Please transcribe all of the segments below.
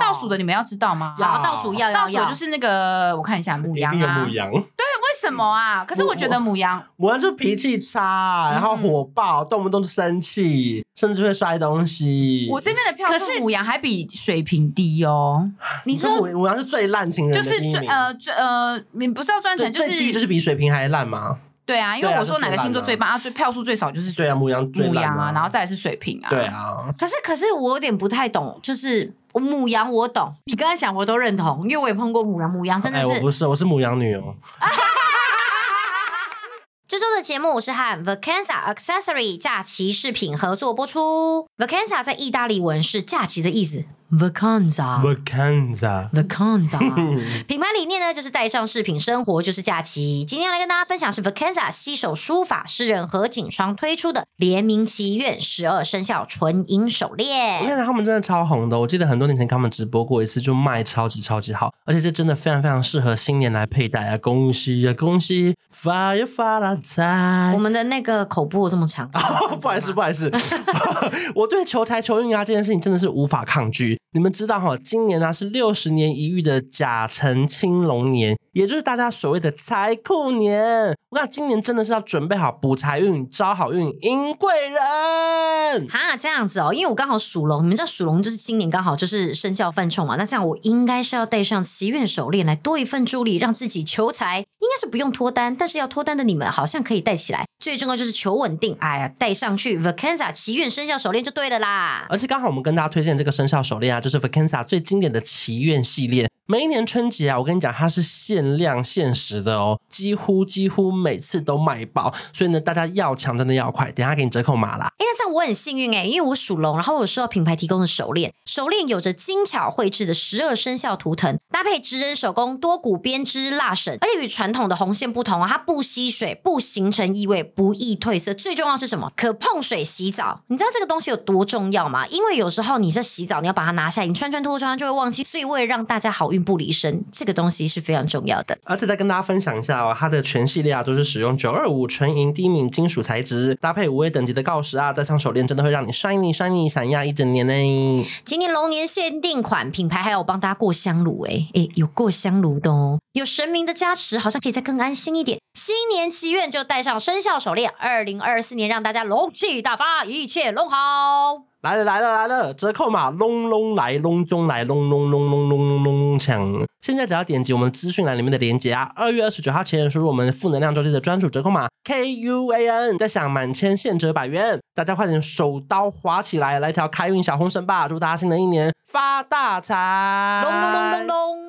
倒数的你们哦要知道吗？要好倒数要倒要数要就是那个，我看一下母一羊定有啊，母为羊，什么啊？可是我觉得母羊，母羊就脾气差，啊然后火爆，动不动就生气，甚至会摔东西。我这边的票可数是母羊还比水平低哦。你你说母说母羊是最烂情就人的是第一最名，呃最呃，你不是要专程最就最低就是是比水瓶还烂嘛？对啊，因为对啊我说哪个星座就最最烂啊棒啊，最票数最少就是对啊，母羊最母烂羊啊，然后再来是水瓶啊，对，啊，可是可是我有点不太懂，就是母羊我懂，你刚才讲我都认同，因为我也碰过母羊，母羊真的哎，是。我不是，我是母羊女哦。这周的节目是和 Vacanza Accessory 假期饰品合作播出。Vacanza 在意大利文是假期的意思，Vacanza。Vacanza，Vacanza 嗯品牌理念呢，就是带上饰品，生活就是假期。今天要来跟大家分享是 Vacanza 西手书法诗人何景双推出的联名祈愿十二生肖纯银手链。因为他们真的超红的，我记得很多年前看他们直播过一次，就卖超级超级好，而且这真的非常非常适合新年来佩戴啊！恭喜啊，恭喜，发呀发大财！我们的那个口播这么长，啊 哦，不好意思，不好意思， 我对求财求运啊这件事情真的是无法抗拒。你们知道哈，今年呢、啊、是六十年一遇的甲辰青龙年，也就是大家所谓的财库年。我看今年真的是要准备好补财运、招好运、迎贵人。哈，这样子哦，因为我刚好属龙，你们知道属龙就是今年刚好就是生肖犯冲嘛，那这样我应该是要带上祈愿手链来多一份助力，让自己求财，应该是不用脱单，但是要脱单的你们好像可以带起来，最重要就是求稳定，哎呀，带上去 Vacanza 祈愿生肖手链就对了啦。而且刚好我们跟大家推荐这个生肖手链啊，就是 Vacanza 最经典的祈愿系列。每一年春节啊，我跟你讲，它是限量限时的哦，几乎几乎每次都卖爆，所以呢，大家要抢真的要快，等一下给你折扣码啦。哎，那这样我很幸运哎，因为我属龙，然后我有收到品牌提供的手链，手链有着精巧绘制的十二生肖图腾，搭配职人手工多股编织蜡绳，而且与传统的红线不同啊，它不吸水，不形成异味，不易褪色。最重要是什么？可碰水洗澡。你知道这个东西有多重要吗？因为有时候你在洗澡，你要把它拿下来，你穿穿脱脱穿穿就会忘记，所以为了让大家好运不离身，这个东西是非常重要的。而且再跟大家分享一下哦，它的全系列啊都是使用九二五纯银低敏金属材质，搭配五位等级的锆石啊，戴上手链真的会让你 shiny shiny 闪耀一整年呢。今年龙年限定款品牌还有帮大家过香炉、欸，哎有过香炉的哦，有神明的加持，好像可以再更安心一点。新年祈愿就带上生肖手链，二零二四年让大家龙气大发，一切龙好。来了来了来了，折扣码隆隆来隆中来隆隆隆隆隆隆隆隆抢！现在只要点击我们资讯栏里面的链接啊，二月二十九号前输入我们负能量周记的专属折扣码 K U A N，再享满千现折百元，大家快点手刀划起来，来条开运小红绳吧！祝大家新的一年发大财！隆隆隆隆呃隆！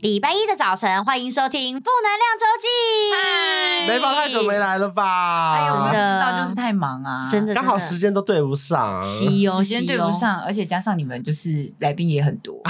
礼拜一的早晨，欢迎收听《负能量周记》。美宝太久没来了吧？哎呦，我真也的不知道，就是太忙啊，真的刚好时间都对不上。西哦，时间对不上，而且加上你们就是来宾也很多，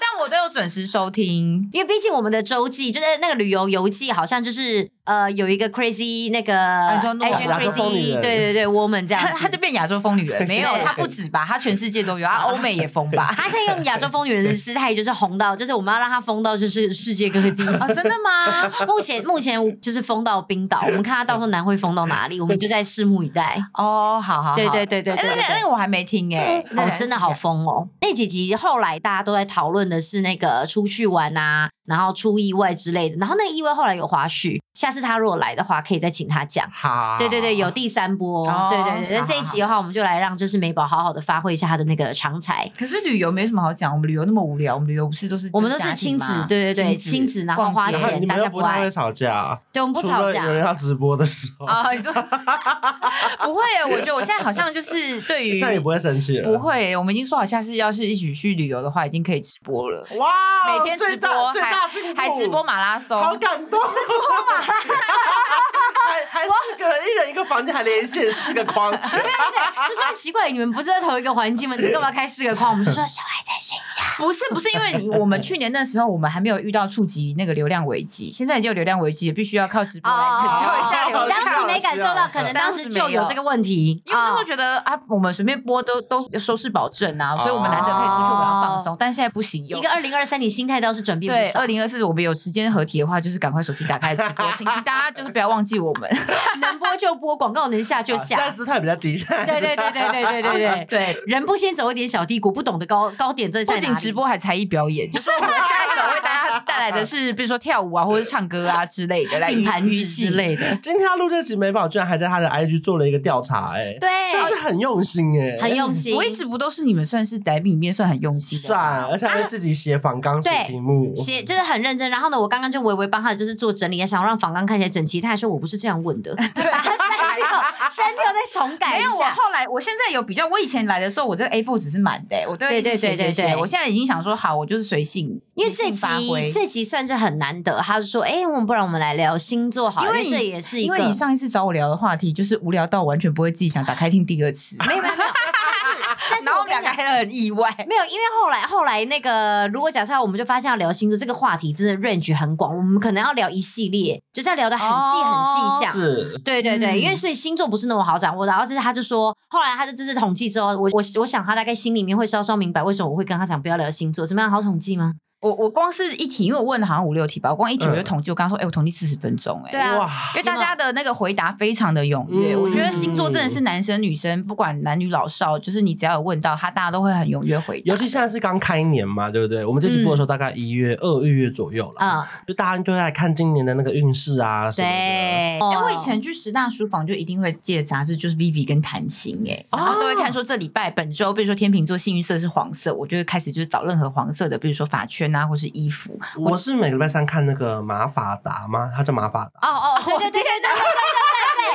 但我都有准时收听。西哦。因为毕竟我们的周记就是那个旅游游记，好像就是呃有一个 crazy 那个你说诺 Asian 亚洲风女 crazy，人对对对，woman 这样他子，他就变亚洲疯女 人，没有对。他不止吧，他全世界都有，他欧美也疯吧 他现在用亚洲风女人的姿态，就是红到，就是我们要让他疯到，就是世界各地。哦，真的吗？ 目前目前就是疯到冰岛，我们看他到时候南会疯到哪里，我们就在拭目以待。哦，好好，好对对对对哎对那对个对那个我还没听哎，那哦个，真的好疯哦！那几集后来大家都在讨论的是那个出去玩啊，然后出意外之类的，然后那个意外后来有花絮，下是他如果来的话，可以再请他讲。好，对对对，有第三波，啊哦对对对。那好这一集的话，我们就来让就是美宝好好的发挥一下他的那个长才。可是旅游没什么好讲，我们旅游那么无聊，我们旅游不是都是我们都家是庭亲吗子对对对亲子然后逛花街然后钱你们大家又不不爱太会吵架，对，我们不除吵了架哦有人要直播的时候，啊，你说 不会？我觉得我现在好像就是对于 现在也不会生气了，不。会，我们已经说好，下次要是一起去旅游的话，已经可以直播了，哇，每天直最大播最大进步，还直播马拉松，好感动，直播嘛， 还还四个人，一人一个房间，还连线四个 框，就 说奇怪，你们不是在同一个环境吗？你们干嘛开四个框？我们就说小孩在睡 觉。不是不是，因为你我们去年那时候我们还没有遇到触及那个流量危机，现在已经有流量危机，必须要靠直播来拯救一下哦流量。当时没感受到，可能当时就有这个问题，因为那时候啊觉得啊，我们随便播都都收视保证啊，所以我们难得可以出去，我们要放松。但现在不行，有一个二零二三，你心态倒是转变哦对不少二。零二四，我们有时间合体的话，就是赶快手机打开直播，请大家就是不要忘记我们。 能播就播，广告能下 就啊现在下。姿态比较低，现在对对对对对对对 对。 对，人不先走一点小低谷，不懂得高高点这在不哪里仅直，播，还才艺表演，就说我们下一首为大家带来的是，比如说跳舞啊，或者是唱歌啊之类的，来定盘鱼娱之戏。类的，今天要录这集，美宝居然还在他的 IG 做了一个调查、哎， 对 算是很用心哎、很用心。我一直不都是你们算是宅饼里面算很用心的算，吧，而且还会自己写仿纲写对题目，写就是很认真，然后呢，我刚刚就微微帮他就是做整理，想要让访纲看起来整齐。他还说我不是这样问的，把他删掉，删掉再重改没一有，我下。后来，我现在有比较，我以前来的时候，我这个 A4 只是满的、我都对对一直写对对写对写我现在已经想说，好，我就是随性，因为这即兴集发挥这集算是很难得，他就说：“哎、我们不然我们来聊星座好了，因为因为你这也是一因个为你上一次找我聊的话题，就是无聊到完全不会自己想打开听第二 次，没有没有没有，但是但 是然后我我们两跟你个讲。”还很意外，没有，因为后来后来那个，如果假设我们就发现要聊星座这个话题，真的 range 很广，我们可能要聊一系列，就是要聊的很细很细项。是对对对，嗯因为所以星座不是那么好掌握的。然后就是他就说，后来他就这次统计之后，我我我想他大概心里面会稍稍明白为什么我会跟他讲不要聊星座，怎么样好统计吗？ 我我光是一题，因为我问了好像五六题吧，我光一题嗯我就统计，我刚刚说，哎、我统计四十分钟、哎，对啊哇，因为大家的那个回答非常的踊跃，嗯我觉得星座真的是男生女生不管男女老少，就是你只要有问到他，大家都会很踊跃回答尤。其现在是刚开年嘛，对不对？我们这期播的时候大概一月、二月左右了，嗯，就大家就在看今年的那个运势啊什么的。对。哎、我以哦前去十大书房就一定会借杂志，就是 Vivi 跟谈心哎、哦然后都会看说这礼拜本周，比如说天秤座幸运色是黄色，我就会开始就是找任何黄色的，比如说发圈啊，或是衣服。我是每个礼拜三看那个马法达吗？他叫 马法达。哦哦，对对对对对对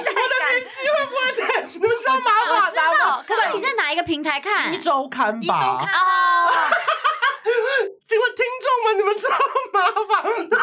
对对对，你们知道马我法知达吗？道。可是你在哪一个平台看？一周刊吧？一周刊哦，请问听众们，你们知道马法？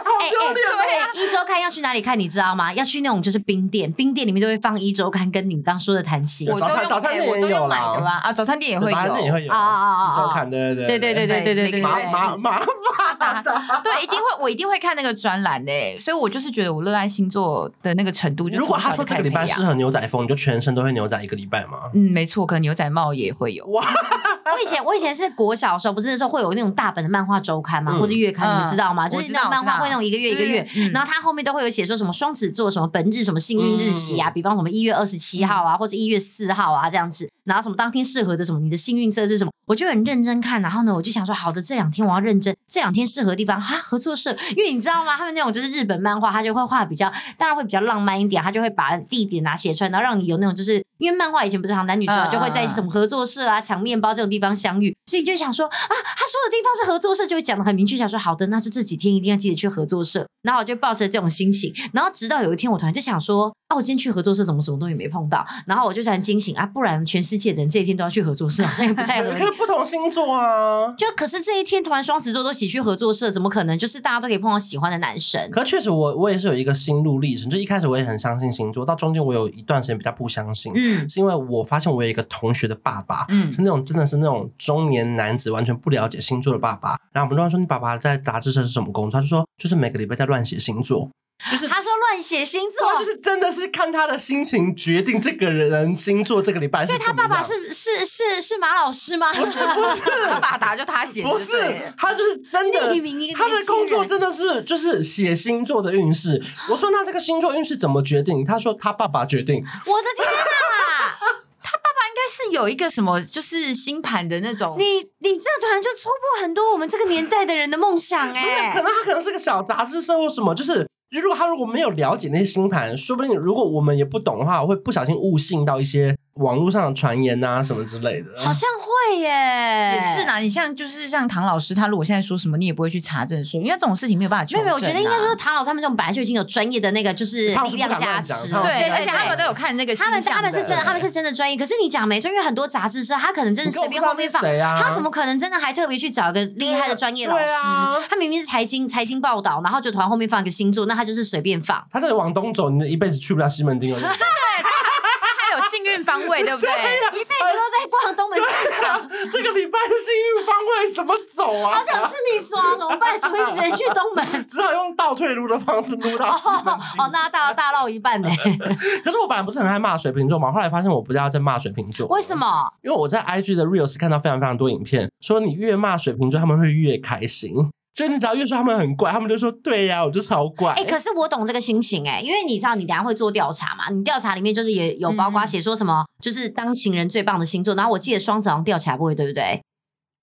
好哎丢脸哦！哎，一周刊要去哪里看？你知道吗？要去那种就是冰店，冰店里面都会放一周刊，跟你刚说的谈心。有我早都餐用早餐店我都也有用啦买的啦啊，早餐店也会有，反正也会有啊啊啊啊一周刊，对对对对对对对对对，马对马马法达。啊对，一定会，我一定会看那个专栏的、欸所以我就是觉得我热爱星座的那个程度就如从小就开始培养。果他说这个礼拜适合牛仔风，你就全身都会牛仔一个礼拜吗？嗯，没错，可能牛仔帽也会有。哇，我以前我以前是国小的时候，不是那时候会有那种大本的漫画周刊嘛，嗯或者月嗯刊，你们知道吗？我知就道是那我种漫知画道会那种一个月一个月，嗯然后它后面都会有写说什么双子座什么本日什么幸运日期啊，比方什么一月二十七号啊，或者一月四号啊这样子，然后什么当天适合的什么你的幸运色是什么，我就很认真看，然后呢我就想说好的这两天我要认真，这两天适合的地方哈合作社，因为你知道吗？他们那种就是日本漫画，他就会画比较当然会比较浪漫一点，他就会把地点啊写出来，然后让你有那种就是因为漫画以前不是常男女主角嗯就会在嗯嗯什么合作社啊、抢面包这种地方相遇，所以你就想说啊，他说的地方是合作社，就会讲的很明确，想说好的，那就这几天一定要记得去合作社。然后我就抱着这种心情，然后直到有一天我突然就想说啊，我今天去合作社怎么什么东西没碰到？然后我就突然惊醒啊，不然全世界的人这一天都要去合作社，好像也不太合你 理。看不同星座啊。就可是这一天，突然双子座都一起去合作社，怎么可能？就是大家都可以碰到喜欢的男生。可确实我，我也是有一个心路历程。就一开始我也很相信星座，到中间我有一段时间比较不相信，嗯，是因为我发现我有一个同学的爸爸，嗯 是那种真的是那种中年男子，完全不了解星座的爸爸。然后我们就问他说：“你爸爸在杂志社是什么工作？”他就说：“就是每个礼拜在乱写星座。”就是他说乱写星他座就，是真的是看他的心情决定这个人星座这个礼拜所以是他怎么爸爸样。是是是是马老师吗？不 是不是爸打就他写的，不是，他就是真的匿名一个年轻人，他的工作真的是就是写星座的 运势。我说那这个星座运势怎么决定？他说他爸爸决定。我的天哪！应该是有一个什么，就是星盘的那种。你你这突然就戳破很多我们这个年代的人的梦想 不是，哎、可能他可能是个小杂志社或什么，就是如果他如果没有了解那些星盘，说不定如果我们也不懂的话，会不小心误信到一些网络上的传言啊什么之类的。好像会耶，也也是。啦，你像就是像唐老师，他如果现在说什么，你也不会去查证说，因为这种事情没有办法求没有证、啊。没有，我觉得应该说唐老师他们这种本来就已经有专业的那个就是他们力是量不敢加乱持讲了，他们是对，不敢而且他们都有看那个星他们象他们是真的，对他们是真的专业。可是你讲没错，因为很多杂志社他可能真的你根随嗯本不便知道后面那放是，谁啊？他怎么可能真的还特别去找一个厉害的专业老对啊师？他明明是财经财经报道，然后就突然后面放一个星座，那他就是随便放。他这里往东走，你一辈子去不了西门町了。他有幸运方位，对 不对？一辈子都在逛东门市场， 这个礼拜的幸运方位怎么走啊？好想吃米刷，怎么办？怎么一直去东门？ 只好用倒退路的方式撸到西门町。 哦，那大大绕一半呢？ 可是我本来不是很爱骂水瓶座嘛，后来发现我不知道在骂水瓶座，为什？么？因为我在 IG 的 Reels 看到非常非常多影片，说你越骂水瓶座，他们会越开心。所以你只要越说他们很怪，他们就说对呀、我就超怪。哎、可是我懂这个心情哎、因为你知道，你等一下会做调查嘛？你调查里面就是也有包嗯括写说什么，就是当情人最棒的星座。然后我记得双子好像调查过，对不对？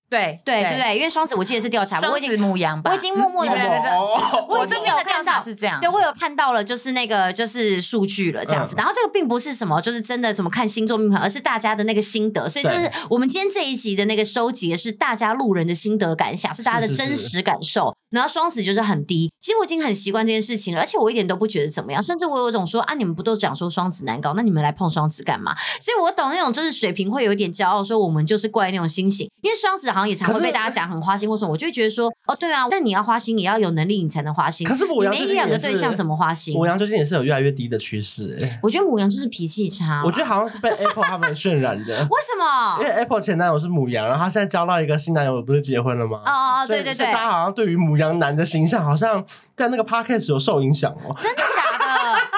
对对对不对？因为双子我记得是调查过，我双已子经母羊吧，我已经默默的哎你们两个在哦，我已经这边有的看调查到是这样，对，我有看到了，就是那个就是数据了这样子。嗯然后这个并不是什么，就是真的怎么看星座命盘，而是大家的那个心得。所以这是我们今天这一集的那个收集，是大家路人的心得感想，是大家的是是是真实感受。然后双子就是很低，其实我已经很习惯这件事情了，而且我一点都不觉得怎么样，甚至我有一种说啊，你们不都讲说双子难搞，那你们来碰双子干嘛？所以我懂那种就是水瓶会有一点骄傲，说我们就是怪那种心情，因为双子好像也常可会是被大家讲很花心或什么，我就会觉得说哦，对啊，但你要花心也要有能力，你才能花心。可是母羊你最没近一两也个是对象怎么花心？母羊最近也是有越来越低的趋势、哎我觉得母羊就是脾气差啦。，我觉得好像是被 Apple 他们渲染的 为什么因？为 Apple 前男友是母羊，然后他现在交到一个新男友，不是结婚了吗？哦哦哦，所以对对所对以，大家好像对于母羊男的形象，好像在那个 podcast 有受影响哦。真的假的？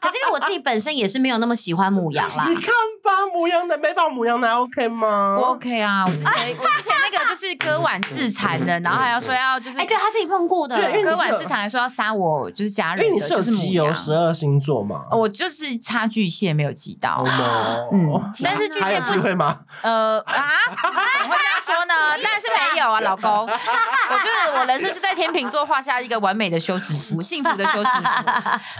可是因为我自己本身也是没有那么喜欢母羊啦你。看吧，母羊男没把母羊男 OK 吗？我 OK 啊，我之前我之前那个就是割腕自残的，然后还要说要就是 哎，对他自己碰过的，对因为你割是腕有自残还说要杀我就是家因为人你的，是有哦就是集母邮羊，十二星座嘛，我就是差巨蟹没有集到哦，no 嗯但是天巨哪哦还蟹有不机会吗？呃啊，怎么会这样说呢？但 是没有啊，老公， 我就是我人生就在天秤座画下一个完美的休止符， 幸福的休止符。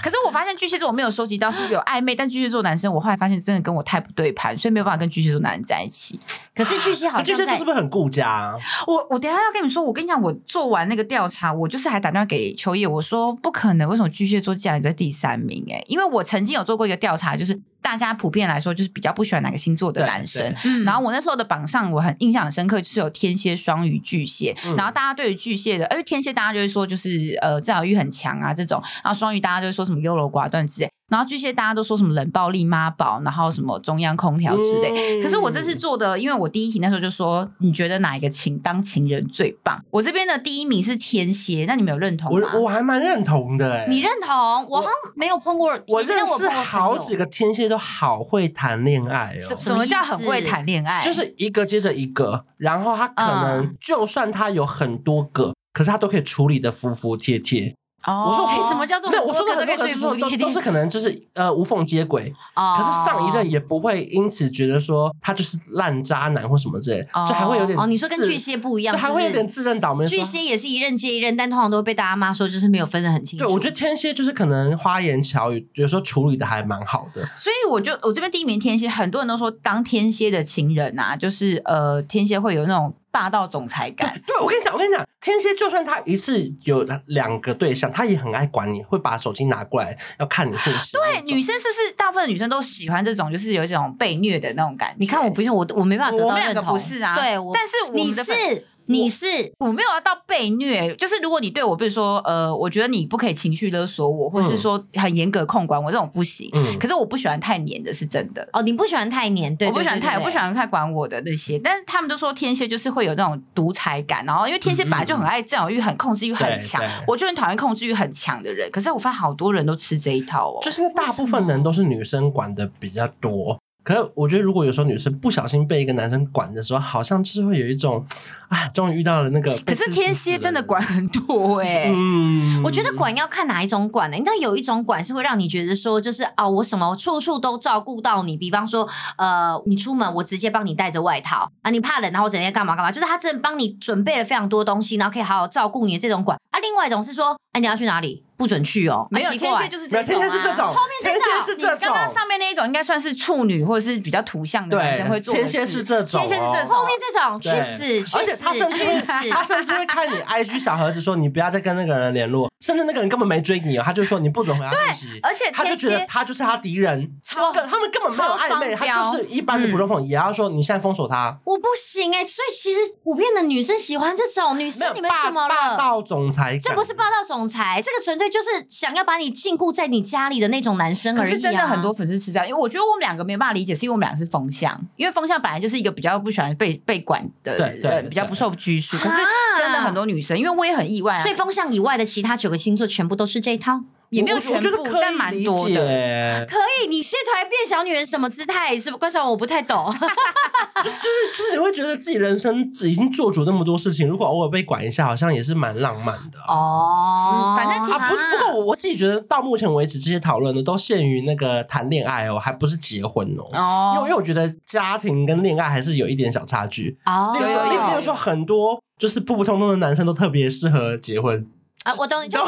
可是我发现巨蟹座我没有收集到，是不是有暧昧？但巨蟹座男生我后来发现真的跟我太不对盘，所以没有办法跟巨蟹座男人在一起。可是巨蟹好那巨像蟹座在是不是很顾家啊？我我等一下要跟你说，我跟你讲，我做完那个调查，我就是还打电话给秋叶，我说不可能，为什么巨蟹座竟然在第三名、欸？哎，因为我曾经有做过一个调查，就是大家普遍来说就是比较不喜欢哪个星座的对男生对，嗯然后我那时候的榜上，我很印象很深刻，就是有天蝎、双鱼、巨蟹。嗯然后大家对于巨蟹的，而且天蝎大家就会说，就是呃占有欲很强啊这种。然后双鱼大家就会说什么优柔寡断之类。然后巨蟹大家都说什么冷暴力、妈宝，然后什么中央空调之类。类可是我这嗯次做的，因为我第一题那时候就说，你觉得哪一个情当情人最棒？我这边的第一名是天蝎，那你们有认同吗？我我还蛮认同的哎，你认同？我好像没有碰过，我天蝎认我识好几个，个天蝎都好会谈恋爱哦。什么叫很会什么意思谈恋爱？就是一个接着一个，然后他可嗯能就算他有很多个，可是他都可以处理的服服帖帖。哦我说 哎什么叫做没有，我说的的很多个是说都都是可能就是呃无缝接轨，哦可是上一任也不会因此觉得说他就是烂渣男或什么之类，哦就还会有点哦，你说跟自巨蟹不一样，就还是不会是有点自认倒霉。巨说蟹也是一任接一任，但通常都会被大家妈说就是没有分得很清楚。对，我觉得天蝎就是可能花言巧语，有时候处理的还蛮好的。所以我就我这边第一名天蝎，很多人都说当天蝎的情人啊，就是呃天蝎会有那种霸道总裁感。对，我跟你讲，我跟你讲，天蝎就算他一次有两个对象，他也很爱管你，会把手机拿过来要看你讯息。对，女生是不是大部分女生都喜欢这种，就是有一种被虐的那种感觉？你看我不用，我我没办法得我到们两认个同。不是啊，对，我但是我你们的粉是你是我没有要到被虐，就是如果你对我，比如说呃，我觉得你不可以情绪勒索我，或嗯是说很严格控管我，这种不行。嗯可是我不喜欢太黏的，是真的。哦，你不喜欢太黏，对，我不喜欢太，我不喜欢。欢太管我的那些，但是他们都说天蝎就是会有那种独裁感，然后因为天蝎本来就很爱占有欲、很控制欲很强对对，我就很讨厌控制欲很强的人。可是我发现好多人都吃这一套哦，就是因为大部分人都是女生管的比较多。可是我觉得，如果有时候女生不小心被一个男生管的时候，好像就是会有一种，哎，终于遇到了那个。可是天蝎真的管，很多哎、嗯我觉得管要看哪一种管呢、你知道有一种管是会让你觉得说，就是啊、我什么我处处都照顾到你。比方说，呃，你出门我直接帮你带着外套啊，你怕冷，然后我整天干嘛干嘛，就是他真的帮你准备了非常多东西，然后可以好好照顾你的这种管。啊，另外一种是说，哎、你要去哪里？不准去哦，没有啊奇天蝎怪。就是没这有天种蝎啊。是这种，天蝎是你这刚种，刚上面那一种应该算是处女或者是比较图像的男生会对，做的天事。蝎是这种哦，天蝎是这种后面这种去对死，去死，而且他甚至去会死，他甚至会看你 IG 小盒子说你不要再跟那个人联络，甚至那个人根本没追你哦，他就说你不准回他信息，而且他就天觉得蝎他就是他敌人，超根他们根本没有暧昧，哦超双标他就是一般的普通朋友，也要说你现在封锁他。我不行哎、所以其实普遍的女生喜欢这种女没有生，你们霸怎么霸了？道总裁感，这不是霸道总裁，这个纯粹就是想要把你禁锢在你家里的那种男生可而已、啊。是真的很多粉丝是这样，因为我觉得我们两个没有办法理解，是因为我们俩是风向，因为风向本来就是一个比较不喜欢被被管的对对人，对比较不受拘束。对可是真的很多女生，因为我也很意外啊，啊所以风象以外的其他九个星座全部都是这一套。也没有我全我觉得部，可但以蛮理多的。解， 可以，你现在突然变小女人，什么姿态？什么关晓雯我不太懂。就是就是就是你会觉得自己人生已经做主那么多事情，如果偶尔被管一下，好像也是蛮浪漫的。嗯哦反正啊，不不过我我自己觉得到目前为止，这些讨论呢都限于那个谈恋爱哦，还不是结婚哦。因为因为哦，我觉得家庭跟恋爱还是有一点小差距。哦例如说，有例有例如说，很多就是普普通通的男生都特别适合 结婚。啊，我懂，就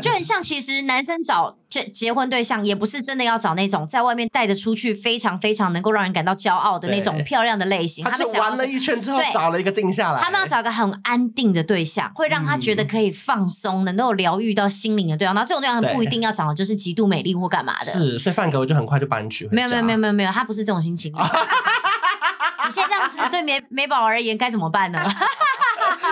就很像，其实男生找结结婚对象，也不是真的要找那种在外面带得出去，非常非常能够让人感到骄傲的那种对漂亮的类型。他他是们想要玩了一圈之后对找了一个定下来，他们要找一个很安定的对象，会让他觉得可以放松，能够疗愈到心灵的对象。然后这种对象对不一定要长得就是极度美丽或干嘛的，是，所以范哥我就很快就把你娶回没家。有没有没有没有没有，他不是这种心情。你现在这样子对美美宝而言该怎么办呢？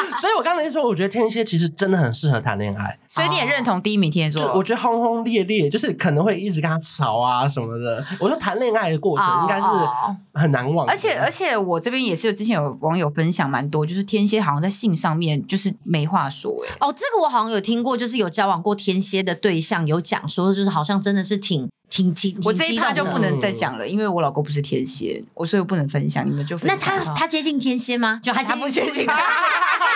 所以我刚才说，我觉得天蝎其实真的很适合谈恋爱，所以你也认同第一名天蝎就座？我觉得轰轰烈烈，就是可能会一直跟他吵啊什么的。我说谈恋爱的过程应该是哦很难忘的，而且而且我这边也是有之前有网友分享蛮多，就是天蝎好像在性上面就是没话说哎、哦，这个我好像有听过，就是有交往过天蝎的对象有讲说，就是好像真的是挺挺挺我挺这一激趴动就的。不嗯能再讲了，因为我老公不是天蝎，我所以我不能分享，你们就分那享。他好他接近天蝎吗？就他他不接 近他。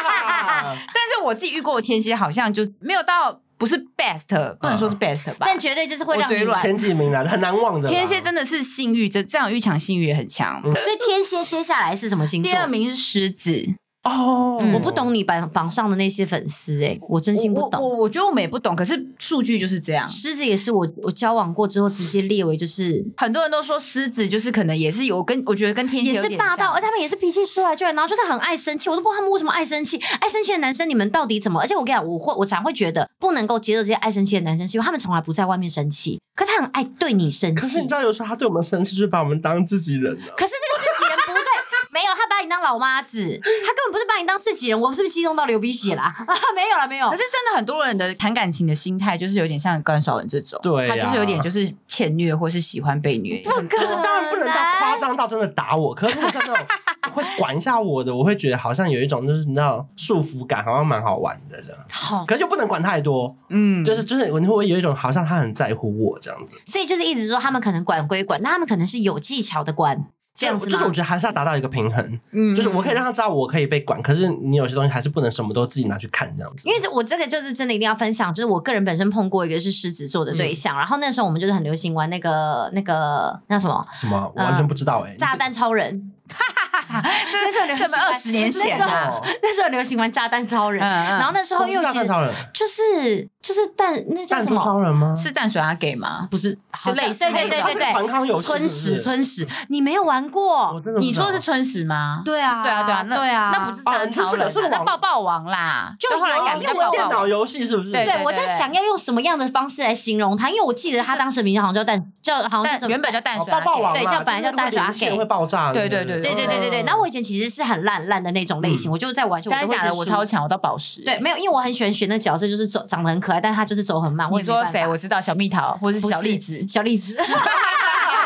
但是我自己遇过的天蝎，好像就是没有到不是 best，不能说是 best 吧。 但绝对就是会我让嘴你软前几名啦，很难忘嗯的啦。天蝎真的是性欲，这这样欲强，性欲也很强。嗯所以天蝎接下来是什么星座？第二名是狮子，哦，嗯我不懂你榜榜上的那些粉丝哎、我真心不我我懂。我觉得我们也不嗯懂，可是数据就是这样。狮子也是我我交往过之后直接列为就是很多人都说狮子就是可能也是有跟我觉得跟天蝎也有是点霸道，像而且他们也是脾气出来就来，然后就是很爱生气，我都不知道他们为什么爱生气。爱生气的男生，你们到底怎么？而且我跟你讲，我会我常会觉得不能够接受这些爱生气的男生，是因为他们从来不在外面生气，可他很爱对你生可是气你知。道，有时候他对我们生气，就是把我们当自己人了、可是那个自己人不对， 没有他把你当老妈子，他根本不是把你当自己人。我是不是激动到流鼻血啦？ 没有啦，没有可。是真的很多人的谈感情的心态就是有点像关少文这种，对啊呀他就是有点就是欠虐或是喜欢被 虐。就是当然不能到夸张到真的打我，可是如果像那种 会管一下我的，我会觉得好像有一种就是你知道束缚感，好像蛮好玩的这样。好，可是又不能管太多，嗯，就是就是我会不会有一种好像他很在乎我这样子？所以就是一直说他们可能管归管，那他们可能是有技巧的管，这样子就是我吗？觉得还是要达到一个平衡，嗯就是我可以让他知道我可以被管，可是你有些东西还是不能什么都自己拿去看这样子因。为这我这个就是真的一定要分享，就是我个人本身碰过一个是狮子座的对嗯象，然后那时候我们就是很流行玩那个那个那什么什么？我完全不知道哎、你这呃炸弹超人， 这是这么二十年前那时的，候哦，那时候流行玩炸弹超人，嗯然后那时候什么又是炸觉弹得超人，就是就是弹那叫弹什珠么？超人吗？啊是淡水阿给吗？不是，好像类似对对对那对个团对，康游戏春是不实是春实，你没有玩我过？哦真的不你知道说的是春实吗？对啊，对啊对啊，那对啊，那不是哦炸弹你说超是个人是个啊，那网抱抱王啦，就后来有改名因叫为抱电抱脑王。游戏是不是？对对，我在想要用什么样的方式来形容他，因为我记得他当时名字好像叫蛋，叫好像但叫什么原本叫淡哦水阿爆给，爆网对嘛叫本来就是叫大那个闸连线给会爆炸的，对对对对对对对对，然后我以前其实是很烂烂的那种类型，嗯我就是在玩，就真的我都会假的？一直我输超强，我到宝石。欸对，，没有，因为我很喜欢选那角色，就是走长得很可爱，但他就是走很慢。我你也说没办谁？法我知道小蜜桃或是不 是小栗子，小栗子，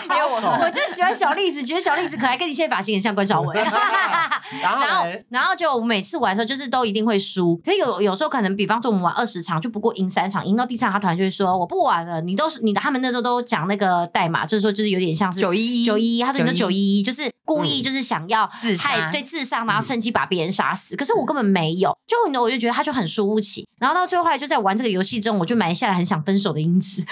因为我 我就喜欢小栗子，觉得小栗子可爱，跟你现在发型很像关 晓雯。然然后后嘞，然后就我每次玩的时候，就是都一定会输。可是有有时候可能，比方说我们玩二十场，就不过赢三场，赢到第三场，他突然就会说我不玩了。你都是你的，他们那时候都讲那个代码，就是说就是有点像是九一一九一一，他说你的911九一一就是故意就是想要自杀嗯害对自杀，然后趁机把别人杀死。可是我根本没有，就你我就觉得他就很输不起。然后到最 后后来就在玩这个游戏中，我就埋下了很想分手的因子。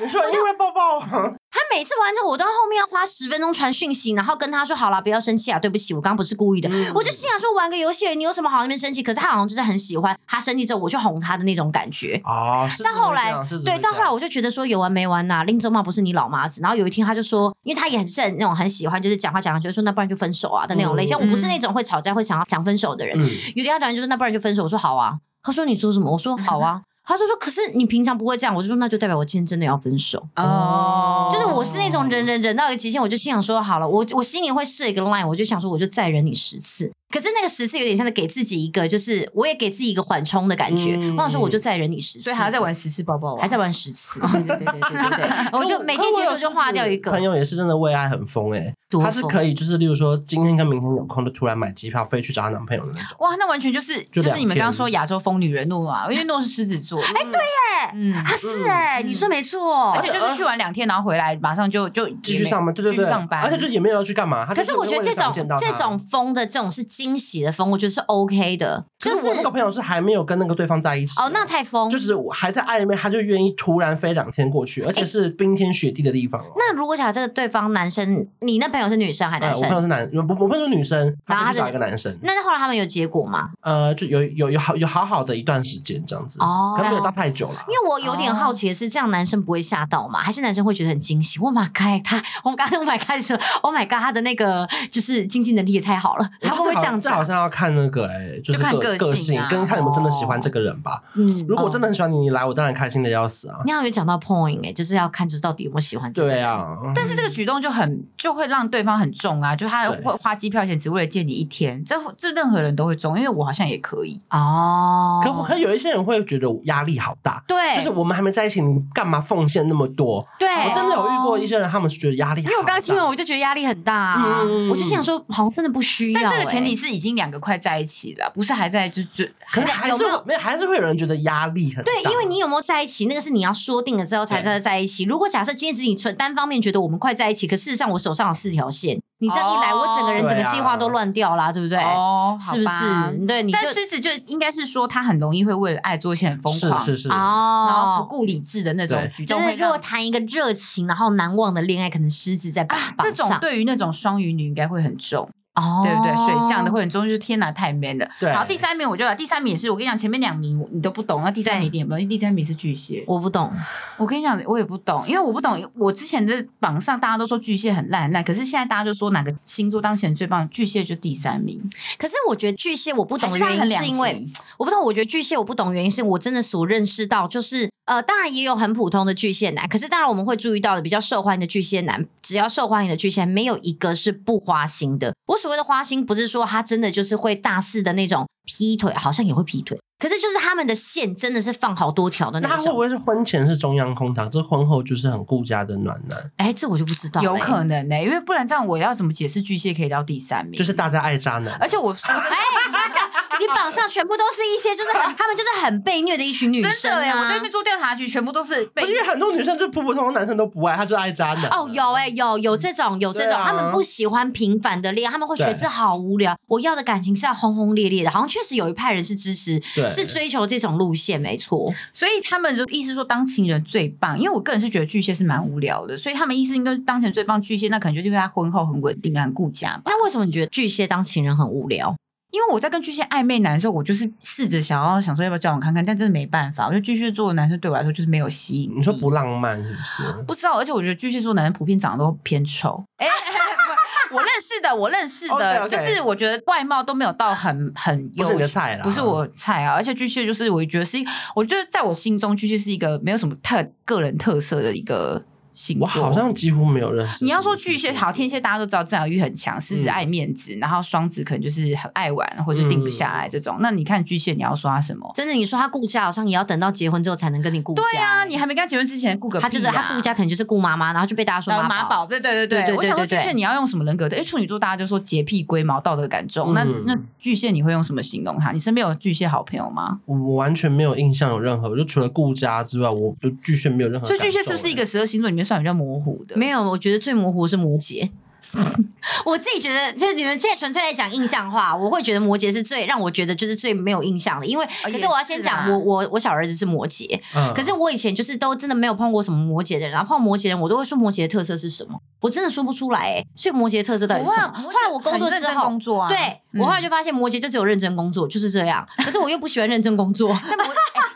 你说因为爆爆网，他每次完成活动后面要花十分钟传讯息，然后跟他说好啦，不要生气啊，对不起，我刚刚不是故意的。我就心想说，玩个游戏而已，你有什么好那边生气？可是他好像就是很喜欢，他生气之后我去哄他的那种感觉。哦，是到后来是会这样是，对，到后来我我就觉得说有完没完呐、令周茂不是你老妈子。然后有一天他就说，因为他也很是那种很喜欢，就是讲话讲完就说那不然就分手啊的那种类型。嗯我不是那种会吵架会想要讲分手的人。嗯，有一天他突然就说那不然就分手，我说好啊。他说你说什么？我说好 啊。他就说可是你平常不会这样，我就说那就代表我今天真的要分手。哦，就是我是那种忍忍忍到一个极限，我就心想说好了，我我心里会设一个 line，我就想说我就再忍你十次。可是那个十次有点像是给自己一个，就是我也给自己一个缓冲的感觉。嗯我想说我就再忍你十次，所以还要再玩十次抱抱啊，还在玩十 次，对对对对对对对，我就每天结束就划掉一可个是我有朋。友也是真的为爱很疯哎，多她是疯可以就是例如说今天跟明天有空就突然买机票飞去找她男朋友的那种。 哇，那完全就是就就两是你们天刚刚说亚洲疯女人诺啊，因为诺是狮子座，哎对耶，呃嗯，啊，是哎、嗯你说没错，而且就是去玩两天，然后回来马上就就继续上班，对对继对，续上班，而且就也没有要去干嘛。她可就是我觉得为了这想种见到这他种风的这种是惊喜的风，我觉得是 OK 的，可就是我那个朋友是还没有跟那个对方在一起哦，那太疯。就是我还在暧昧，他就愿意突然飞两天过去，而且是冰天雪地的地方哦。哎那如果假设这个对方男生，你那朋友是女生还是呃男我生朋？友是男，我我朋友是女生，然后他她去是找一个男生，那后来他们有结果吗？呃，就有有有好有好好的一段时间这样子，哦可能没有到太久了因。为我有点哦好奇的是，这样男生不会吓到吗？还是男生会觉得很惊喜？我 my god，他我刚 刚 Oh my god 说 Oh my god，他的那个就是经济能力也太好了，我他觉会不会得这好样子这啊、好像要看那个哎，就就是看个个性性啊跟看你们真的喜哦欢这个人吧。嗯如果真的，的很喜欢你，你来我当然开心的要死啊。你好像有讲到 point 哎、就是要看就是到底有没有喜欢这个人。对啊，但是这个举动就很就会让对方很重啊，就他对会花机票钱只为了见你一天，这这任何人都会中，因为我好像也可以，啊哦，可可有一些人会觉得压力好大，对，就是我们还没在一起，你干嘛奉献那么多？对，哦我真的有遇过一些人，他们是觉得压力好大，因为我刚刚听了，我就觉得压力很大、啊，嗯我就心想说，好像真的不需要、但这个前提，是已经两个快在一起了，不是还在就就欸可是还是有没会哦有没有还是会有人觉得压力很大，对，因为你有没有在一起，那个是你要说定了之后才真的在一起。如果假设今天只是你纯单方面觉得我们快在一起，可事实上我手上有四条线，你这样一来，哦我整个人整对个啊计划都乱掉啦，对不对？哦，好是不吧是？对，你就但狮子就应该是说他很容易会为了爱做一些很疯是狂，是是，嗯然后不哦。顾理智的那种对举就动是会如让，果谈一个热情然后难忘的恋爱，可能狮子在榜啊，榜这种上对于那种双鱼女应该会很重，哦，对不对？水象的会很重，就是天哪，太 man 了。对好，第三名我就来，第三名也是我跟你讲，前面两名你都不懂，那第三名一定也不懂，因为第三名是巨蟹。我不懂，我跟你讲，我也不懂，因为我不懂，我之前的榜上大家都说巨蟹很烂很烂，可是现在大家就说哪个星座当前最棒，巨蟹就第三名，可是我觉得巨蟹我不不懂的原因是因为我不懂，我觉得巨蟹我不懂的原因是我真的所认识到，就是呃，当然也有很普通的巨蟹男，可是当然我们会注意到的比较受欢迎的巨蟹男，只要受欢迎的巨蟹男，没有一个是不花心的。我所谓的花心，不是说他真的就是会大肆的那种劈腿，好像也会劈腿，可是就是他们的线真的是放好多条的那那他会不种。会是婚前是中央空调，这婚后就是很顾家的暖男？哎，这我就不知道了、有可能呢、因为不然这样我要怎么解释巨蟹可以到第三名？就是大家爱渣男，而且我说真的 哎，真的，你榜上全部都是一些就是很，他们就是很被虐的一群女生、啊。真的哎、我在那边做调查局，全部都是被不是因为很多女生就普普通通男生都不爱，她就爱渣男。 哦，有哎、有有这种有这对种，啊他们不喜欢平凡的恋爱，他们会觉得对这好无聊。我要的感情是要轰轰烈烈的，好像确实有一派人是支持对，是追求这种路线，没错。所以他们就意思说当情人最棒，因为我个人是觉得巨蟹是蛮无聊的，所以他们意思应该是当情人最棒巨蟹，那可能就是因为他婚后很稳定、啊很顾家吧。那为什么你觉得巨蟹当情人很无聊？因为我在跟巨蟹暧昧男的时候，我就是试着想要想说要不要交往看看，但真的没办法，我觉得巨蟹座的男生对我来说就是没有吸引力。你说不浪漫是不是？不知道，而且我觉得巨蟹座男生普遍长得都偏丑。哎、 我认识的，我认识的 OK，OK 就是我觉得外貌都没有到很很啊不优是你的菜啦，不是我菜啊，而且巨蟹就是我觉得是一，我觉得在我心中巨蟹是一个没有什么特个人特色的一个星我座。好像几乎没有认识。你要说巨蟹好，天蝎大家都知道占有欲很强，狮子嗯爱面子，然后双子可能就是很爱玩或者定不下嗯来这种。那你看巨蟹，你要说他什么？真的，你说他顾家，好像也要等到结婚之后才能跟你顾家。对啊，你还没跟他结婚之前顾个屁欸他啊、就是他顾家，可能就是顾妈妈，然后就被大家说呃。妈妈宝，对对对对对对我想说对巨对蟹你要用什么人格的？因为处女座大家就说洁癖、龟毛、道德感重。那嗯那巨蟹你会用什么形容他？你身边有巨蟹好朋友吗？我我完全没有印象有任何，就除了顾家之外，我对巨蟹没有任何所感受。欸欸以巨蟹是不是一个十二星座里面算比较模糊的？没有，我觉得最模糊的是摩羯， 我自己觉得，就是你们现在纯粹在讲印象话，我会觉得摩羯是最让我觉得就是最没有印象的，因为也可是我要先是啊讲，啦我我我小儿子是摩羯，嗯可是我以前就是都真的没有碰过什么摩羯的人，然后碰摩羯人，我都会说摩羯的特色是什么，我真的说不出来哎、所以摩羯的特色到底是什么？不会啊摩羯后来我工作很之认真后，工作啊对嗯我后来就发现摩羯就只有认真工作就是这样，可是我又不喜欢认真工作， 但摩、哎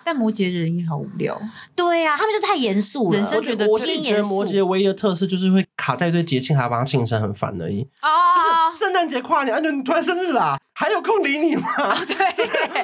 但摩羯人也好无聊，对呀、啊，他们就太严肃了，人生我觉得我自己觉得摩羯唯一的特色就是会卡在一堆节庆，还要把它庆生，很烦而已。哦就是圣诞节、跨年，啊，你突然生日啦、还有空理你吗？对。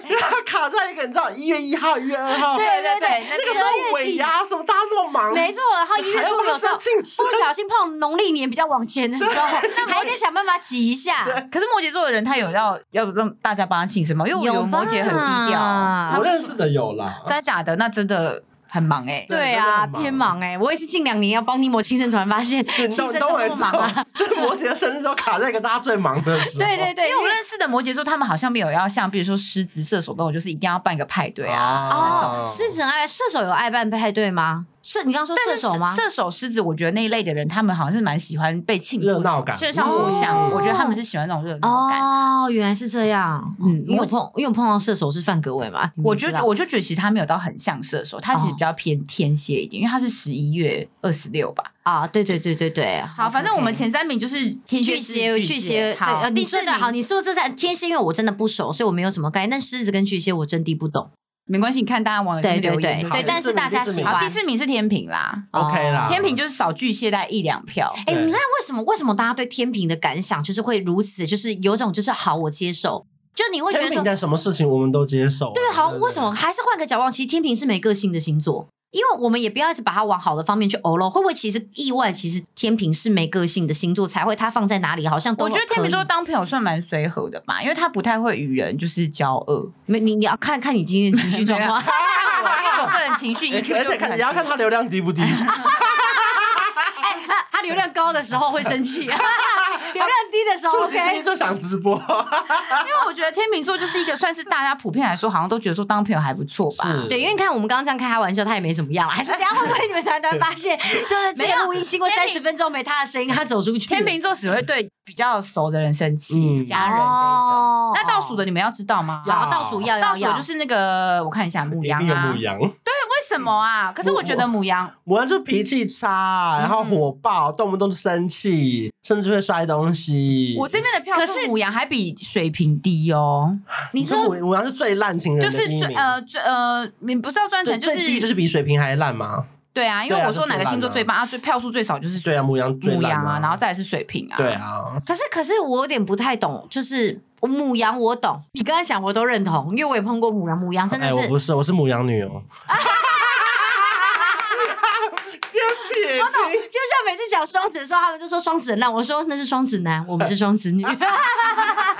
因为它卡在一个你知道一月一号、一月二号，那对对 对，个时候尾牙什么，大家那么忙，没错，然后一月还要初帮有他时候生庆生不小心碰农历年比较往前的时候，还得想办法挤一下。可是摩羯座的人，他有要要让大家帮他庆生吗？因为我觉有得吧摩羯很低调啊，我他认识的有啦，真的假的？那真的很忙哎、对对真的啊，很忙偏忙哎、我也是近两年要帮尼摩庆生团，发 现庆对你懂生你怎懂我么的不意思忙啊 吗？？就是摩羯的生日都卡在一个大家最忙的时候。对对对，因为我认识的摩羯座，他们好像没有要像，比如说狮子、射手那种，就是一定要办个派对啊。哦，狮子很爱射手有爱办派对吗？射你刚刚说射但是手吗？射手、狮子，我觉得那一类的人，他们好像是蛮喜欢被庆祝的热闹感就像我想，哦我觉得他们是喜欢那种热闹感。哦，原来是这样。嗯嗯，因为我我碰，因为我碰到射手是范格伟嘛，你们我知就道哦我就觉得其实他没有到很像射手，他其实比较偏天蝎一点，因为他是十一月二十六吧。啊，对对对对对，好，反正我们 OK 前三名就是天巨蝎、蟹，巨蟹，对，好，呃第你四说名的好，你说这三天蝎，因为我真的不熟，所以我没有什么概念。但狮子跟巨蟹，我真的不懂。没关系，你看大家网友对对留对言就好对，了但是大家第四喜名好，欢第。四名是天平啦，哦 OK 啦，天平就是少巨蟹大概一两票。哎，对你看为什么为什么大家对天平的感想就是会如此，就是有种就是好，我接受。就你会觉天得说平，在什么事情我们都接受。啊对，啊好，为什么？还是换个角度，其实天平是没个性的星座。因为我们也不要一直把它往好的方面去欧了，会不会其实意外？其实天平是没个性的星座，才会它放在哪里好像都我觉得天可以秤座当朋友算蛮随和的吧，因为他不太会与人就是交 恶，啊没你你要看看你今天的情绪状 况没。因为我个人情绪 EQ 而哎且而就且不看太也要看他流量 低不低，哎、他他流量高的时候会生 气，流量低的时候触及 OK 低。就想直播，因为我觉得天秤座就是一个算是大家普遍来说好像都觉得说当朋友还不错吧。对，因为你看我们刚刚这样开他玩笑，他也没怎么样啦。还是等一下会不会你们突然突然发 现，就是这没有个录音经过天三秤十分钟没他的声音，他走出去了。天秤座只会对比较熟的人生气，嗯家人这一种。哦那倒数的你们要知道吗？要好倒数要倒要数要，就是那个，我看一下母一羊定有啊，母为羊，什么啊？可是我觉得母羊，母羊就脾气差，然后火爆，动不动就生气，甚至会摔东西。我这边的票可数是母羊还比水平低哦，你说说母母羊是最烂情人就的是第一最名，呃最呃，你不是要专程最就最低就是是比水瓶还烂吗？对啊，因为对啊我说哪个星座就最最棒啊，最票数最少就是对啊，母羊最母烂羊啊，嘛然后再来是水瓶啊，对，啊，可是，可是我有点不太懂，就是母羊我懂，你刚才讲我都认同，因为我也碰过母羊，母羊真的哎，是、我不是，我是母羊女哦。 先撇 我懂，就清，像每次讲双子的时候，他们就说双子男，我说那是双子男，我们是双子女。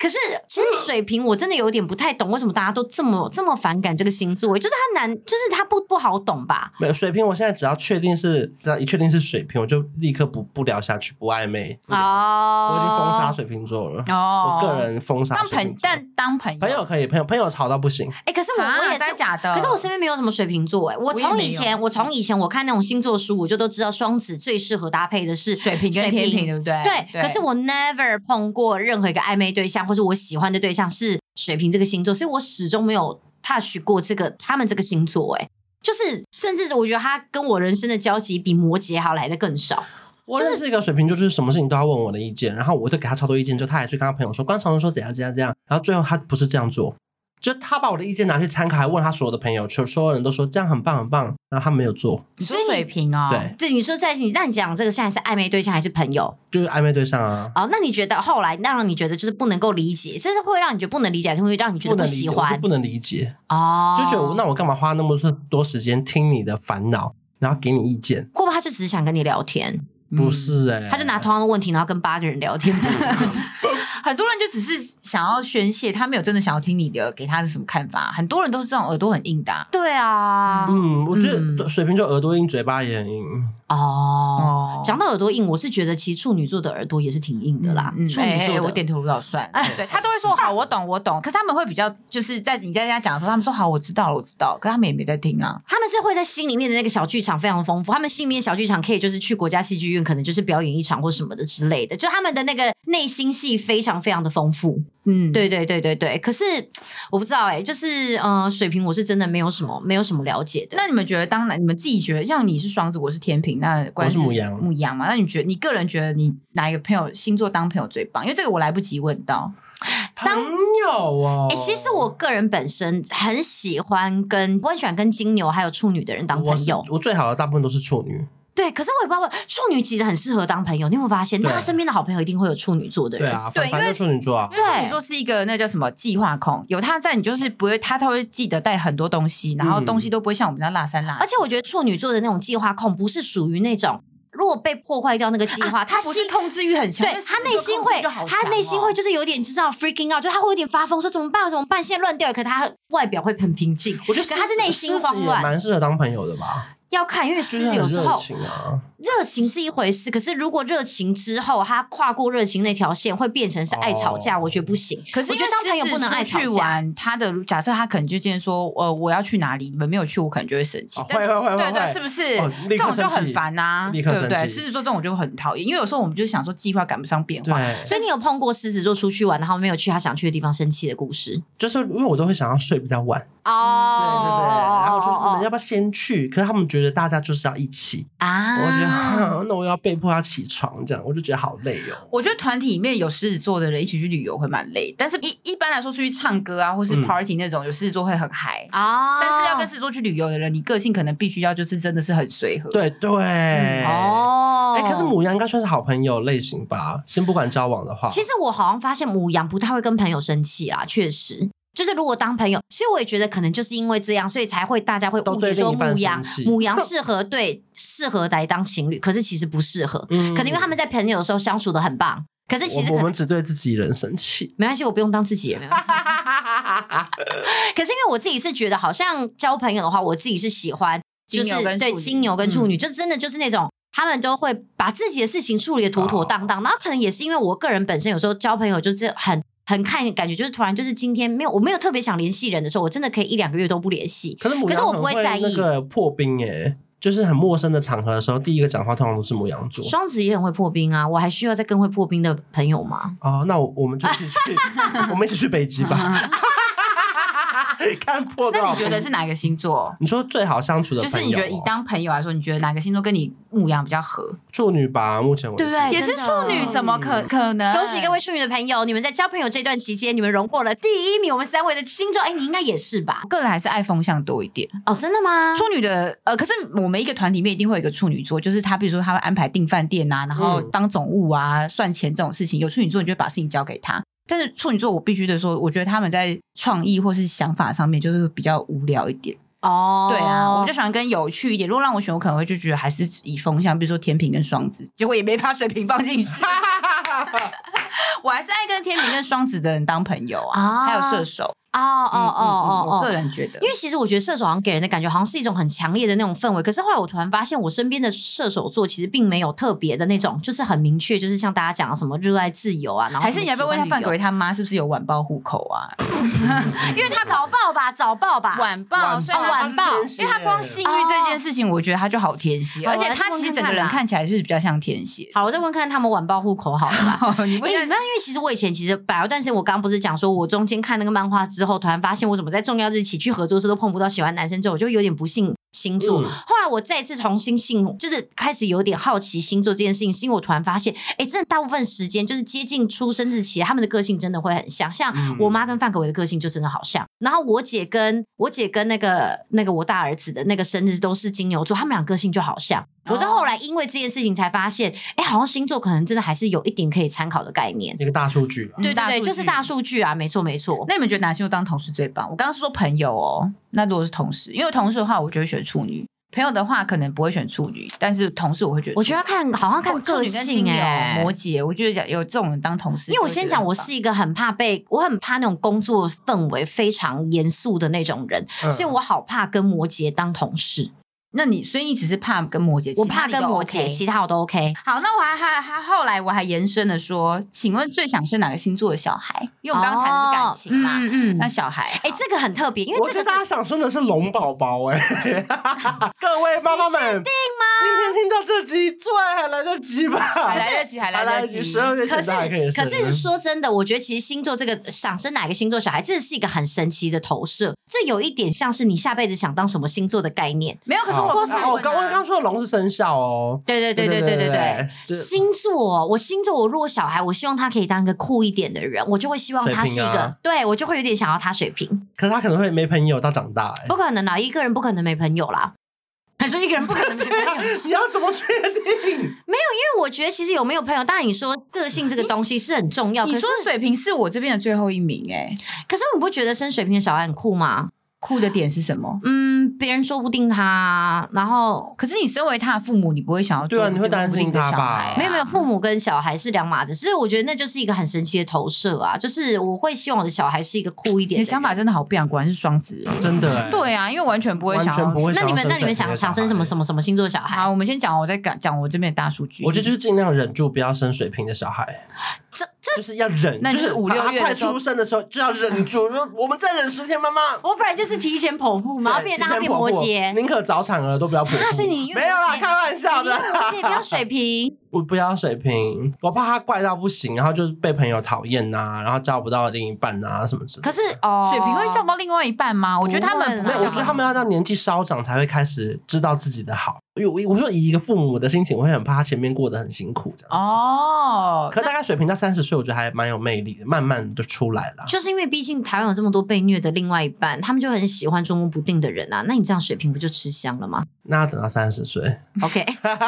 可是，其实水瓶我真的有点不太懂，为什么大家都这么这么反感这个星座？就是它难，就是它不不好懂吧？没有水瓶，我现在只要确定是，只要一确定是水瓶，我就立刻不不聊下去，不暧昧。不聊哦我已经封杀水瓶座了，哦我个人封杀当水瓶朋座。但当朋友朋友可以，朋友朋友吵到不行，哎、可是我、啊我也真是的假的，可是我身边没有什么水瓶座哎、我我也从没以有前我从以前我看那种星座书，我就都知道双子最适合搭配的是水瓶跟天平，对不对？对，可是我 never 碰过任何一个暧昧对象，或是我喜欢的对象是水瓶这个星座，所以我始终没有 touch 过这个他们这个星座、欸。哎，就是甚至我觉得他跟我人生的交集比摩羯还要来的更少。我认识一个水瓶座，就是什么事情都要问我的意见，然后我就给他超多意见，就他还去跟他朋友说，观察人说怎样怎样怎样，然后最后他不是这样做，就他把我的意见拿去参考，还问他所有的朋友，所所有人都说这样很棒很棒，然后他没有做，你说所以你水瓶哦，对，这你说在你那你讲这个现在是暧昧对象还是朋友？就是暧昧对象啊，哦，那你觉得后来那让你觉得就是不能够理解，这是会让你觉得不能理解，还是会让你觉不得能理喜解，我是欢不？能理解，哦，就觉得我那我干嘛花那么多时间听你的烦恼，然后给你意见？会不会他就只是想跟你聊天，嗯不是哎、他就拿同样的问题，然后跟八个人聊天？ 很多人就只是想要宣泄，他没有真的想要听你的，给他是什么看法。很多人都是这种耳朵很硬的啊、对啊，嗯，我觉嗯得水瓶座耳朵硬，嘴巴也很硬。嗯哦。哦讲到耳朵硬，我是觉得其实处女座的耳朵也是挺硬的啦。处女哎哎座的我点头如捣蒜。哎对他都会嗯说好，我懂，我懂。可是他们会比较，就是在你在跟他讲的时候，他们说好，我知道了，我知道。可是他们也没在听啊。他们是会在心里面的那个小剧场非常丰富，他们心里面小剧场可以就是去国家戏剧院，可能就是表演一场或什么的之类的，就他们的那个内心戏非常非常的丰富。嗯，对对对对对，可是我不知道哎、就是嗯、呃水平我是真的没有什么没有什么了解的。那你们觉得，当然你们自己觉得，像你是双子，我是天平，那关我是母羊母羊嘛？那你觉得，你个人觉得你哪一个朋友星座当朋友最棒？因为这个我来不及问到。朋友哦，哎、其实我个人本身很喜欢跟我很喜欢跟金牛还有处女的人当我朋是友，我最好的大部分都是处女，对。可是我也不知道为，处女其实很适合当朋友，你有没有发现？对啊大家身边的好朋友一定会有处女座的对人，啊，对因反反正为处女座啊因，为处女座是一个那叫什么计划控，有他在，你就是不会，他他会记得带很多东西，然后嗯东西都不会像我们这样落三落四。而且我觉得处女座的那种计划控，不是属于那种如果被破坏掉那个计划，他啊不心是控制欲很强，对就是他内心控会，制就好他内心强哦会就是有点知道 freaking out，就他会有点发疯，说怎么办？怎么办？现在乱掉了，可他外表会很平静。我觉得可他是狮子内心狮子慌也乱蛮适合当朋友的吧，要看，因为就狮是子很有时候热情啊，热情是一回事，可是如果热情之后他跨过热情那条线，会变成是爱吵架，哦我觉得不行。可是我因觉为得当朋友狮子不能出爱吵去架。玩，他的假设他可能就今天说，呃，我要去哪里，你们没有去，我可能就会生气哦。但会会会对会对，会是不是哦？立这刻种就生气很烦呐，立刻对不对？生气狮子座这种我就很讨厌，因为有时候我们就想说计划赶不上变化，对，所以你有碰过狮子座出去玩，然后没有去他想去的地方生气的故事就是因为我都会想要睡比较晚，哦对嗯对对，然后就是你们要不要先去？可是他们觉得大家就是要一起，啊我就觉得 哼那我要被迫要起床这样，我就觉得好累哦。 我觉得团体里面有狮子座的人一起去旅游会蛮累，但是一一般来说出去唱歌啊，或是嗯 party 那种，有狮子座会很嗨。啊但是要跟狮子座去旅游的人，你个性可能必须要就是真的是很随和。对对，哦，哦，哎，可是母羊应该算是好朋友类型吧？先不管交往的话，其实我好像发现母羊不太会跟朋友生气啦，确实。就是如果当朋友，所以我也觉得可能就是因为这样，所以才会大家会都误对解说另一半母羊生气母羊适合对适合来当情侣，可是其实不适合，嗯可能因为他们在朋友的时候相处的很棒，可是其实我可我能们只对自己人生气，没关系，我不用当自己人，没 关系。可是因为我自己是觉得，好像交朋友的话，我自己是喜欢，就金是牛跟对处女嗯金牛跟处女，就真的就是那种。他们都会把自己的事情处理的妥妥当当，然后可能也是因为我个人本身有时候交朋友就是很很看感觉，就是突然就是今天没有我没有特别想联系人的时候，我真的可以一两个月都不联系。可是母可是羊我很不会在意那个破冰哎，就是很陌生的场合的时候，第一个讲话通常都是母羊座。双子也很会破冰啊，我还需要再更会破冰的朋友吗？哦，那我我们就一起去，我们一起去北极吧。 看破多那少你觉得冰是哪一个星座？你说最好相处的就朋是友哦，你觉得以当朋友来说，你觉得哪个星座跟你牧羊比较合？啊处女吧，目前为止对不对也是真的处女，怎么可可能？恭喜各位处女的朋友，你们在交朋友这段期间，你们荣获了第一名，我们三位的星座，哎，你应该也是吧？个人还是爱风向多一点。哦，真的吗？处女的呃，可是我们一个团体里面一定会有一个处女座，就是他，比如说他会安排订饭店啊，然后嗯当总务啊、算钱这种事情，有处女座你就会把事情交给他。但是处女座，我必须得说，我觉得他们在创意或是想法上面就是比较无聊一点。哦，对啊，我比较喜欢跟有趣一点。如果让我选，我可能会就觉得还是以风向，比如说天平跟双子，结果也没把水瓶放进去。 我还是爱跟天平跟双子的人当朋友啊，啊还有射手。哦哦嗯嗯嗯哦我个哦哦。人觉得，因为其实我觉得射手好像给人的感觉好像是一种很强烈的那种氛围，可是后来我突然发现，我身边的射手座其实并没有特别的那种，就是很明确，就是像大家讲的什么热爱自由啊，然后还是你要不要问一下范范鬼他妈是不是有晚报户口啊？ 因为他早报吧，早报吧，晚晚所以他哦晚报因为他光性欲这件事情，我觉得他就好天蝎，哦而且他其实整个人看起来就是比较像天蝎。好，我再问看他们晚报户口好了吧。 你哎、问一下那因为其实我以前其实本来有段时间，我刚刚不是讲说，我中间看那个漫画之后，突然发现我怎么在重要日期去合作社都碰不到喜欢男生之后，我就有点不信星座。嗯后来我再次重新信，就是开始有点好奇星座这件事情，是因为我突然发现，哎、真的大部分时间就是接近出生日期，他们的个性真的会很像，像嗯我妈跟范可为的个性就真的好像。然后我姐跟我姐跟那个那个我大儿子的那个生日都是金牛座，他们俩个性就好像。我是哦后来因为这件事情才发现，哎、好像星座可能真的还是有一点可以参考的概念。一个大数据 了。对对嗯大数对，据就是大数据啊，没错没错。那你们觉得哪星座当同事最棒？我刚刚是说朋友哦，那如果是同事，因为同事的话，我就会选处女；朋友的话，可能不会选处女，但是同事我会觉得处女，哦我觉得要看好像看处个女跟金性牛哎、摩羯，我觉得有这种人当同事，因为我先讲，我是一个很怕被，我很怕那种工作氛围非常严肃的那种人，嗯所以我好怕跟摩羯当同事。那你所以你只是怕跟摩羯，我其他怕你跟都摩 OK 羯，其他我都 OK。好，那我还还还后来我还延伸了说，请问最想生哪个星座的小孩？因为我们刚刚谈的是感情嘛，嗯那小孩，哎、这个很特别，因为我这觉个得是大家想生的是龙宝宝哎、各位妈妈们，定吗？今天听到这集，做爱还来得及吧？还还来得及，还来得及，十二月可前是都还可以嗯可生。是说真的，我觉得其实星座这个想生哪个星座小孩，这是一个很神奇的投射，这有一点像是你下辈子想当什么星座的概念。没有，可是我哦不是啊我刚我刚刚说的龙是生肖哦。对对对对对对对。就是星座，我星座，我如果小孩，我希望他可以当一个酷一点的人，我就会希望他是一水个，瓶啊对我就会有点想要他水平，可是他可能会没朋友到长大哎、不可能啦，一个人不可能没朋友啦。 还说一个人不可能没朋友，因 你要怎么确定？为我觉得其实有没有朋友，当然你说个性这个东西是很重要，可你是说水瓶是我这边的最后一名，哎，可是你不觉得生水瓶的小孩很酷吗？酷的点是什么？嗯，别人说不定他，然后可是你身为他的父母，你不会想要做对啊你会这个担固定心的他小吧孩啊没有没有，父母跟小孩是两码子，所以我觉得那就是一个很神奇的投射啊，就是我会希望我的小孩是一个酷一你点的的想人。法真的好不一样，果然是双子。真的、欸，对啊，因为完全不会想完要。全不会那想要生水瓶的小孩。你们那你们想想生什么什么什么星座的小孩？好，我们先讲，我再讲讲我这边的大数据。我觉得就是尽量忍住，不要生水瓶的小孩，这就是要忍，那就你是五把六他月的快时候出生的时候就要忍住，说我们再忍十天，妈妈。我本来就是提前剖腹嘛，然后变对让他提变前摩剖腹羯，宁可早产儿都不要剖啊腹。所以你宁愿没有摩啦，羯开玩笑你的要摩羯啦。不要水 瓶，我不要水瓶，我怕他怪到不行，然后就是被朋友讨厌呐，然后交不到另一半呐、什么之类的。可是哦，水瓶会照顾另外一半吗？我觉得他们不不没会会啦照有，我顾觉得他们要到年纪稍长才会开始知道自己的好。因为我我说以一个父母的心情，我会很怕他前面过得很辛苦这样子。哦，可大概水平到三十岁，我觉得还蛮有魅力的，慢慢的出来了。就是因为毕竟台湾有这么多被虐的另外一半，他们就很喜欢捉摸不定的人啊。那你这样水瓶不就吃香了吗那要等到三十岁， ？OK，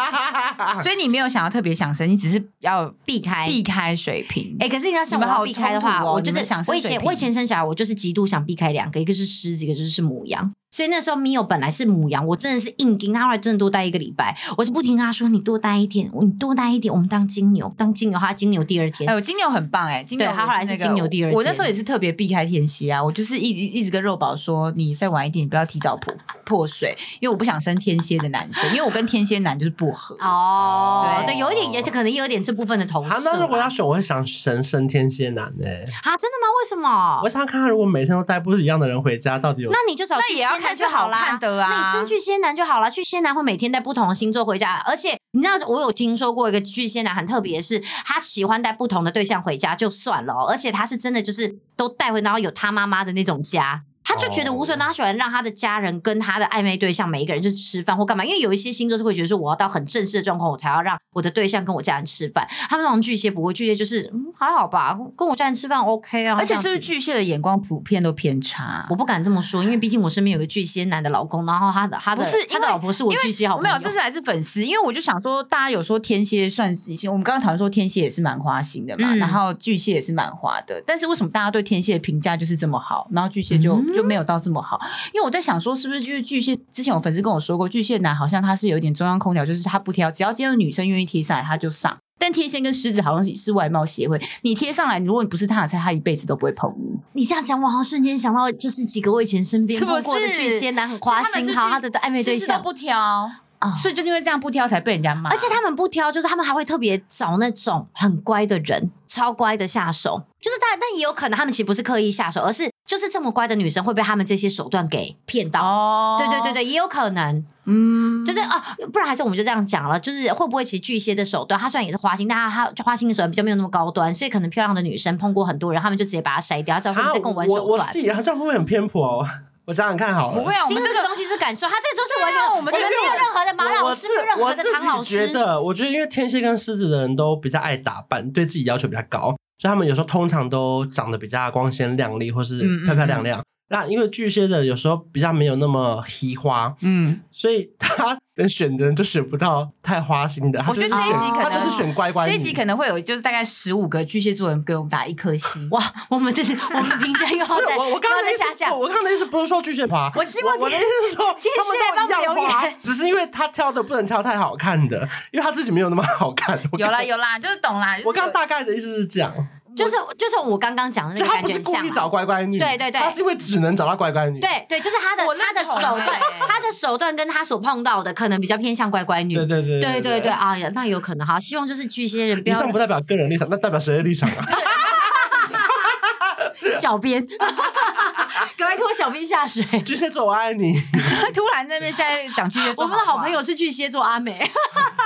所以你没有想要特别想生，你只是要避开避开水瓶。哎、可是你要像我你们要好避开的冲突话，哦我就你是们想生我以水前瓶我以前生小孩，我就是极度想避开两个，一个是狮子，一个就是母羊。所以那时候米友本来是母羊，我真的是硬盯他，后来真的多待一个礼拜，我是不停跟他说你多待一点，你多待一点，我们当金牛，当金牛，他金牛第二天哎，，我金牛很棒哎，金牛对他后来是那个金牛第二我天那时候也是特别避开天蝎啊，我就是一直一直跟肉宝说，你再晚一点，你不要提早破 破水，因为我不想生天蝎的男生，因为我跟天蝎男就是不合。呃哦，对对，有一点也是可能也有点这部分的投射好、啊。那如果要选，我会想神升天蝎男呢、啊，真的吗？为什么我？想看他如果每天都带不一样的人回家，到底有那你就找那也要巨蟹男看是就好好啦，看的啊那你先去仙男就好了，去仙男会每天带不同的星座回家，而且你知道我有听说过一个巨蟹男很特别的是，他喜欢带不同的对象回家就算了哦、而且他是真的就是都带回，然后有他妈妈的那种家。他就觉得无所哦谓，然后他喜欢让他的家人跟他的暧昧对象每一个人就吃饭或干嘛，因为有一些星座是会觉得说我要到很正式的状况，我才要让我的对象跟我家人吃饭。他们那种巨蟹不会，巨蟹就是嗯还好吧，跟我家人吃饭 OK 啊。而且这样是不是子巨蟹的眼光普遍都偏差？我不敢这么说，因为毕竟我身边有个巨蟹男的老公，然后他的他的不是他因的为老婆是我因为巨蟹好朋没友，有，这是来自粉丝，因为我就想说，大家有说天蝎算是，我们刚刚讨论说天蝎也是蛮花心的嘛，嗯然后巨蟹也是蛮花的，但是为什么大家对天蝎的评价就是这么好，然后巨蟹就、嗯就没有到这么好？因为我在想说，是不是就是巨蟹之前有粉丝跟我说过，巨蟹男好像他是有一点中央空调，就是他不挑，只要今天有女生愿意贴上来他就上。但天蝎跟狮子好像是外貌协会，你贴上来，如果你不是他的菜，他一辈子都不会碰你。你这样讲，我好像瞬间想到就是几个我以前身边是不碰过的是巨蟹男很花心，好他的暧昧对狮子象都不挑，啊所以就是因为这样不挑才被人家骂。而且他们不挑，就是他们还会特别找那种很乖的人，超乖的下手。就是但但也有可能他们其实不是刻意下手，而是就是这么乖的女生会被他们这些手段给骗到。哦对对对，对，也有可能。嗯，就是啊，不然还是我们就这样讲了，就是会不会其实巨蟹的手段，他虽然也是花心，但他他花心的手段比较没有那么高端，所以可能漂亮的女生碰过很多人，他们就直接把他筛掉，他只要说你在跟我玩手啊我段。自己这样会不会很偏颇、哦？我想想看好了，不会啊，我心们这这个个东西是感受，他这个就是完对全啊我我们们这没个有任何的马我老我师，自没有任我何的自唐老己觉师。得，我觉得因为天蝎跟狮子的人都比较爱打扮，对自己要求比较高，所以他们有时候通常都长得比较光鲜亮丽，或是嗯嗯漂漂亮亮。那因为巨蟹的人有时候比较没有那么嘻花，嗯，所以他 能选的人就选不到太花心的。他我觉得就是选这一集可能他就是选乖乖这女。一集可能会有就是大概十五个巨蟹座人给我们打一颗星。哇，我们这我们评价又要不是再我，我刚刚又的要意再下思，降我。我刚刚的意思不是说巨蟹花，我希望我的意思是说 天他们蝎帮都我一样留花言，只是因为他挑的不能挑太好看的，因为他自己没有那么好看。我有刚啦有啦，就是懂啦。就是我刚刚大概的意思是这样。就是就是我刚刚讲的那就个他感不觉是很故像意啊找乖乖女，对对对他是因为只能找到乖乖女，，对对，就是他的我他的认同手段欸，他的手段跟他所碰到的可能比较偏向乖乖女。对对对对对对对，。啊呀，那有可能哈。希望就是巨蟹人不以要上不代表个人立场，那代表谁的立场啊？ 小编，赶快拖小编下水。巨蟹座，我爱你！ 突然那边现在讲巨蟹座， 我们的好 朋友，是巨蟹座阿美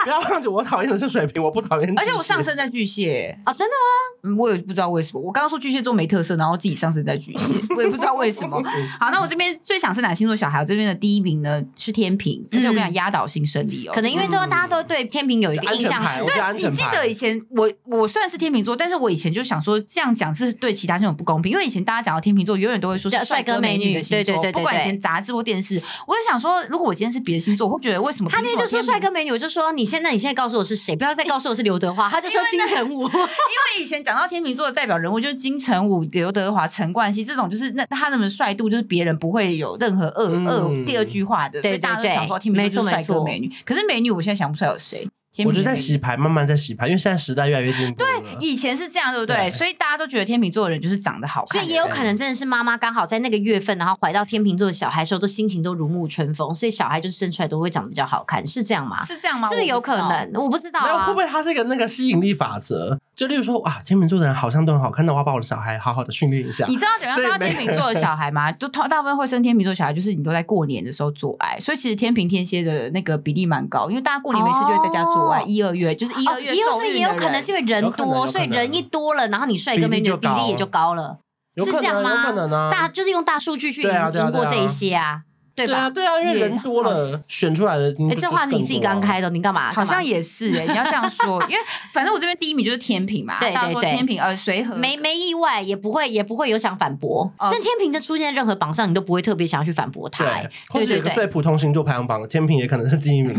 不要忘记，我讨厌的是水瓶，我不讨厌巨蟹。而且我上升在巨蟹， 哦，真的嗯，我也不知道为什么。我刚刚说巨蟹座没特色，然后自己上升在巨蟹， 我也不知道为什么。好，那我这边最想是哪星座小孩？我这边的第一名呢是天平，而且我跟你讲，压倒性胜利哦。吗？可能因为都大家都对天平有一个安印全象牌，是我，觉得安你全记牌得以。前我我虽然是天秤座，但是我以前就想说这样讲是对其他星座不公平，因为以前大家讲到天秤座，永远都会说是叫帅哥哥美女女的星座，对对对对不管以对前杂志或电视，我就想说，如果我今天是别的星座，我会觉得为什么他那天就说凭什么帅天秤哥美女，我就说你现在你现在告诉我是谁，不要再告诉我是刘德华， 他就说金城武。因为以前讲到天秤座的代表人物就是金城武、刘德华、陈冠希这种，就是那他们的帅度就是别人不会有任何恶嗯恶第二句话的，对所以大家都对对想说天秤座就是没帅错哥没错美女，可是美女我现在想不出来有谁。天秤我觉座得在美女洗牌，慢慢在洗牌，因为现在时代越来越进步了。以前是这样，对不对？对所以大家都觉得天秤座的人就是长得好看所的人，以也有可能真的是妈妈刚好在那个月份，然后怀到天秤座的小孩的时候，都心情都如沐春风，所以小孩就是生出来都会长得比较好看，是这样吗？是这样吗？是不是有我可知道？能？我不知道那啊会不。会它是一个那个吸引力法则？就例如说，哇，天秤座的人好像都很好看，那我要把我的小孩好好的训练一下。你知道怎么样所以知道没天秤座的小孩吗？就大大部分会生天秤座小孩，就是你都在过年的时候做爱，所以其实天平天蝎的那个比例蛮高，因为大家过年没事就会在家做爱，哦一二月就是一二月哦也有受所孕的人，以也有可能是因为人有可能有可多，能所以人一多了，然后你帅哥美女的比例也就高了，有是可这样能，有可吗？能啊。大就是用大数据去赢对啊对啊赢过对啊这一些啊，对对啊，吧？对啊，因为人多了，选出来的你哎，就这话更你自己多啊刚开的，你干嘛？好像干嘛也是哎、你要这样说，因为反正我这边第一名就是天平嘛，对对大家说对天平呃随和没没意外，也不会也不会有想反驳。哦正天平的出现在任何榜上，你都不会特别想要去反驳他。哎对，或是对有一个对最对，普通星座排行榜，天平也可能是第一 名，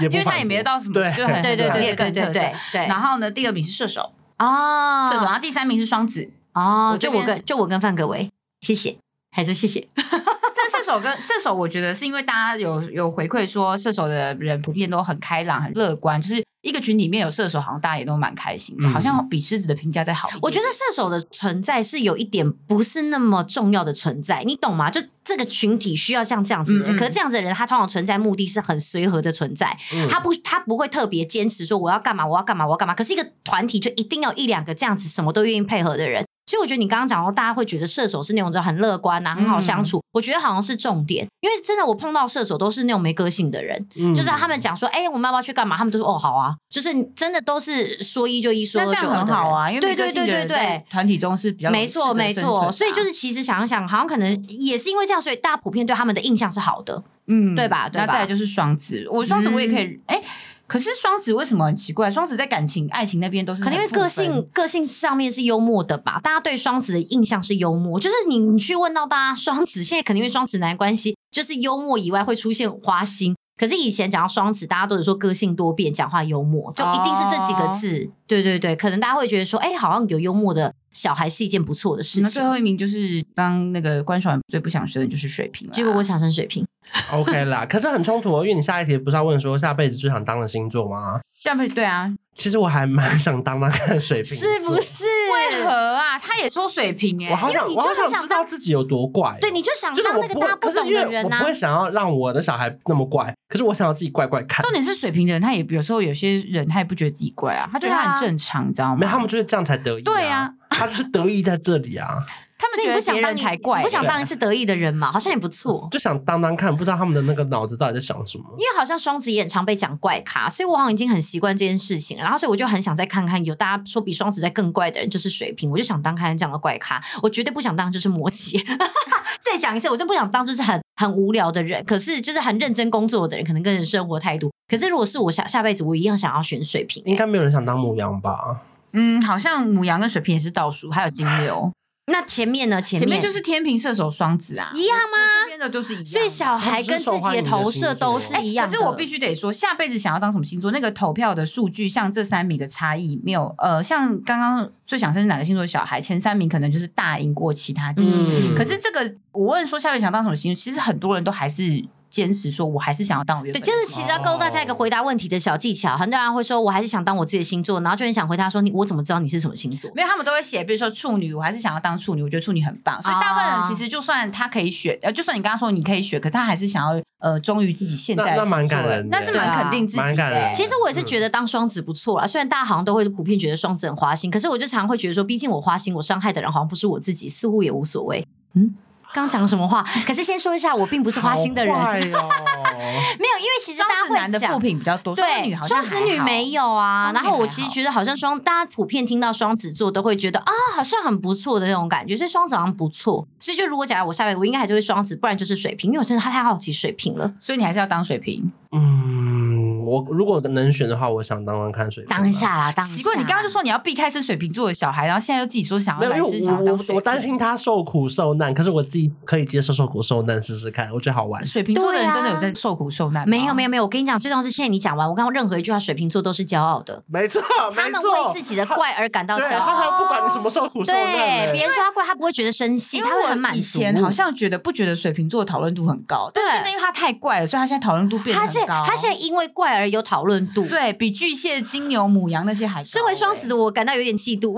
也不因为他反也驳没到什么，对嗯就很对对很对劣对根对特对色。对。然后呢，第二名是射手，啊，射手，然后第三名是双子，哦我，这就边我跟就我跟范可为，谢谢，还是谢谢。这射手跟射手，我觉得是因为大家有有回馈说，射手的人普遍都很开朗、很乐观，就是一个群体里面有射手，好像大家也都蛮开心的，嗯好像比狮子的评价再好一点。我觉得射手的存在是有一点不是那么重要的存在，你懂吗？就这个群体需要像这样子的人，嗯嗯可是这样子的人，他通常存在目的是很随和的存在，嗯他不他不会特别坚持说我要干嘛，我要干嘛，我要干嘛。可是一个团体就一定要一两个这样子什么都愿意配合的人。所以我觉得你刚刚讲到，大家会觉得射手是那种就很乐观啊，很好相嗯处。我觉得好像是重点，因为真的我碰到射手都是那种没个性的人，嗯就是他们讲说，哎、我们要不要去干嘛？他们都说哦好啊，就是真的都是说一就一，说那二这就二样的人很好啊，因为对每个对性对格对人在对。团体中是比较没错，容易没适者生存错，的啊所以就是其实想一想，好像可能也是因为这样，所以大家普遍对他们的印象是好的。嗯对吧对吧那再来就是双子，我双子我也可以，哎、可是双子为什么很奇怪？双子在感情、爱情那边都是可能因为很负个分性个性上面是幽默的吧，大家对双子的印象是幽默，就是你你去问到大家，双子现在肯定因为双子男关系，就是幽默以外会出现花心。可是以前讲到双子，大家都有说个性多变，讲话幽默，就一定是这几个字。对对对，可能大家会觉得说，哎、好像有幽默的小孩是一件不错的事那情最。后啊一名就是当那个观赏最不想生的就是水瓶啦，啊结果我想升水瓶， OK 啦。可是很冲突哦，因为你下一题不是要问说下辈子最想当的星座吗？下面对啊，其实我还蛮想当那个水瓶，是不？是？为何啊？他也说水瓶哎、我好因为想，你我好就是想想知道当自己有多怪哦。对，你就想就是当我那个不大会家，不可是懂因为的人啊我呐、不会想要让我的小孩那么怪，可是我想要自己怪怪看重。点是水瓶的人，他也有时候有些人他也不觉得自己怪啊，他觉得对啊他很正常，你知道吗？没有，他们就是这样才得意、对呀啊、他就是得意在这里啊，他们所以觉你不得想别当人一才怪、你不想对当一次得意的人嘛？好像也不错。就想当当看，不知道他们的那个脑子到底在想什么。因为好像双子也很常被讲怪咖，所以我好像已经很习惯这件事情了，然后所以我就很想再看看有大家说比双子再更怪的人，就是水瓶，我就想当看看这样的怪咖，我绝对不想当就是摩羯。 再讲一次，我真不想当就是很很无聊的人，可是就是很认真工作的人，可能跟人生活态度。可是如果是我下下辈子，我一样想要选水瓶、欸应该没有人想当母羊吧？嗯，好像母羊跟水瓶也是倒数，还有金牛，那前面呢？前前面面就是天平、射手、双子啊，一样吗？这边的都是一样啊的。哎所以小哎孩跟自己的投射都是一样可的。是我必须得说，下辈子想要当什么星座，那个投票的数据，像这三名的差异没有，呃，像刚刚最想生是哪个星座的小孩，前三名可能就是大赢过其他几名。嗯可是这个，我问说下辈子想当什么星座，其实很多人都还是坚持说我还是想要当我原对，本。就是其实要告诉大家一个回答问题的小技巧。很多人会说，我还是想当我自己的星座，然后就很想回答说，你我怎么知道你是什么星座？没有，他们都会写，比如说处女，我还是想要当处女，我觉得处女很棒。所以大部分人其实就算他可以选，呃，就算你刚刚说你可以选，可他还是想要呃忠于自己现在的那那蛮星座感人的那是蛮肯定自己蛮感人的的。其实我也是觉得当双子不错啦，虽然大家好像都会普遍觉得双子很花心，可是我就常会觉得说，毕竟我花心，我伤害的人好像不是我自己，似乎也无所谓。嗯，刚讲了什么话？可是先说一下，我并不是花心的人，好没有，坏 哦因为其实双大家子男会的讲副。品比较多，双子女对好，像双还子女好没。有啊。双子然女后我还其实好觉得好像双，大家普遍听到双子座都会觉得啊，好像很不错的那种感觉，所以双子好像不错。所以就如果假如我下辈子我应该还是会双子，不然就是水瓶，因为我真的太好奇水瓶了。所以你还是要当水瓶。嗯，我如果能选的话，我想当当看水。当。下啦，当下奇怪，你刚刚就说你要避开生水瓶座的小孩，然后现在又自己说想没要有，来因生为想要我当我水我瓶担心他受苦受难，可是我自己可以接受受苦受难试试看，我觉得好玩。水瓶座的对人啊真的有在受苦受难吗？没有没有没有，我跟你讲，最重要是现在你讲完，我刚刚任何一句话，水瓶座都是骄傲的，没错，他没们错，为自己的怪而感到对，骄他傲。才不管你什么受苦受难对，欸。别人说他怪，他不会觉得生气，因他为会我很满以足。前好像觉得不觉得水瓶座的讨论度很高，但对现在因为他太怪了，所以他现在讨论度变得他是很高。他现在因为怪而有讨论度。，对比巨蟹、金牛、母羊那些还高身为双子欸的我感到有点嫉妒。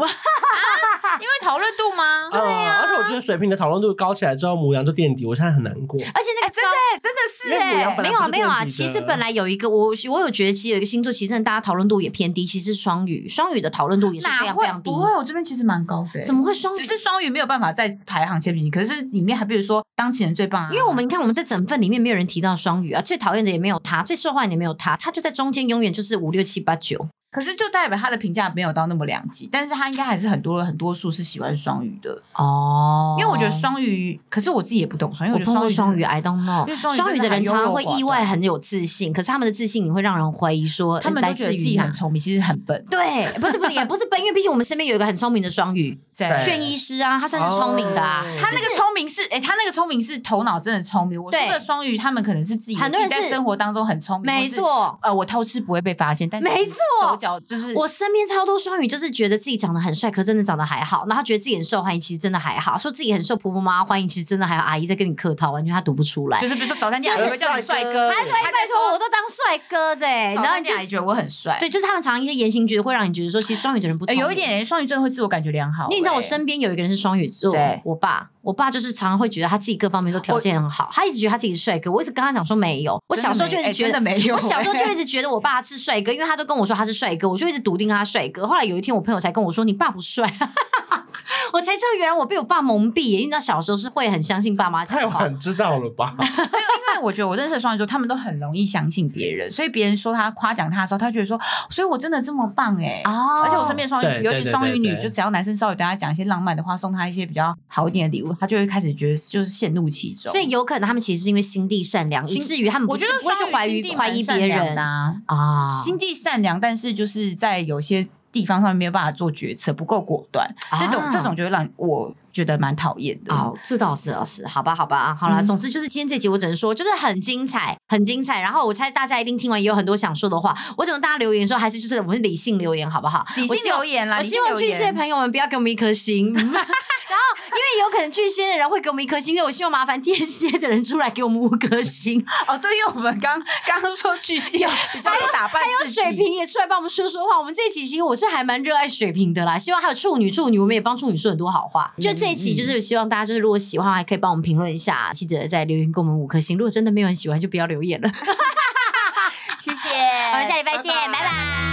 因为讨论度吗？哦嗯，啊而且我觉得水瓶的讨论度高起来之后，母羊就垫底，我现在很难过。而且那个高对，啊真的是因为母羊哎、本没来有啊，不是没有啊。垫底的其实本来有一个我，我有觉得其实有一个星座，其实大家讨论度也偏低。其实是双鱼，双鱼的讨论度也是非哪常非会常低不。会？我这边其实蛮高的、欸怎？么会双只鱼？是双鱼没有办法在排行前几名，可是里面还比如说当情人最棒啊，因为我们你看，我们这整份里面没有人提到双鱼啊，最讨厌的也没有他，最受欢迎的也没有他，他就在中间，永远就是五六七八九。可是就代表他的评价没有到那么两极，但是他应该还是很多很多数是喜欢双鱼的，哦因为我觉得双鱼，可是我自己也不懂双鱼，我觉碰过得双双鱼，I don't 因为 know。双鱼双鱼真的人很优常柔常会寡断意外很有自信，可是他们的自信你会让人怀疑说，他们呃都觉得自己来很自于聪明，其实很笨。哪对，不是不是也不是笨，因为毕竟我们身边有一个很聪明的 双鱼谁炫医师啊，他算是聪明的啊。哦他那个聪明嗯是，哎、他那个聪明是头脑真的聪明。我说对的双鱼，他们可能是自己很多人自己在是生活当中很聪明，没或是。错，呃，我偷吃不会被发现，但是没错手脚就是我身边超多双鱼，就是觉得自己长得很帅，可真的长得还好，然后觉得自己很受欢迎，其实真的还好；说自己很受婆婆妈妈欢迎，其实真的还好。阿姨在跟你客套，完全她读不出来。就是比如说早餐店阿就是姨会叫你帅帅哥，哥她说：“哎，拜托，我都当帅哥的、欸。”早然后餐你就店阿姨觉得我很帅，对，就是他们常常一些言行举止会让你觉得说，其实双鱼的人不哎，聪明有一点双鱼座会自我感觉良好。因为你知道我哎身边有一个人是双鱼座谁，我爸，我爸就是常常会觉得他自己各方面都条件很好，他一直觉得他自己是帅哥。我一直跟他讲说没有，我小时候就一直觉真的得。没哎真的没有，我小时候就一直觉得我爸是帅哥，因为他都跟我说他是帅哥，我就一直笃定他帅哥。后来有一天，我朋友才跟我说你爸不帅， 我才知道原来我被我爸蒙蔽耶。因为你知道小时候是会很相信爸妈太讲话，晚知道了 吧？因为我觉得我认识的双鱼座，他们都很容易相信别人，所以别人说他夸奖他的时候，他觉得说，所以我真的这么棒哎、哦而且我身边的双对鱼，尤对其对双鱼对女，对就只要男生稍微对她讲一些浪漫的话，送她一些比较好一点的礼物，她就会开始觉得就是陷入其中。所以有可能他们其实是因为心地善良，以心至于他们不我觉得不会去双怀鱼心疑地怀蛮疑善别良人的啊，啊。心地善良，但是就是在有些地方上面没有办法做决策，不够果断，这种啊这种就会让我觉得蛮讨厌的。哦，这倒是，倒是，好吧，好吧，好啦。嗯总之就是今天这集，我只能说就是很精彩，很精彩。然后我猜大家一定听完也有很多想说的话。我只能大家留言说，还是就是我们理性留言，好不好？理我性希望留言啦，我理希性望留巨蟹言朋友们不要给我们一颗星，然后因为有可能巨蟹的人会给我们一颗星，所以我希望麻烦天蝎的人出来给我们五颗星，哦，对，因为我们刚刚说巨蟹比较会打扮还有自己水瓶也出来帮我们说说话。我们这一集其实我是还蛮热爱水瓶的啦，希望还有处女，处女我们也帮处女说很多好话。就这一集就是希望大家就是如果喜欢的话，还可以帮我们评论一下，记得在留言给我们五颗星。如果真的没有人喜欢，就不要留言了。谢谢，我我们下礼拜见，拜拜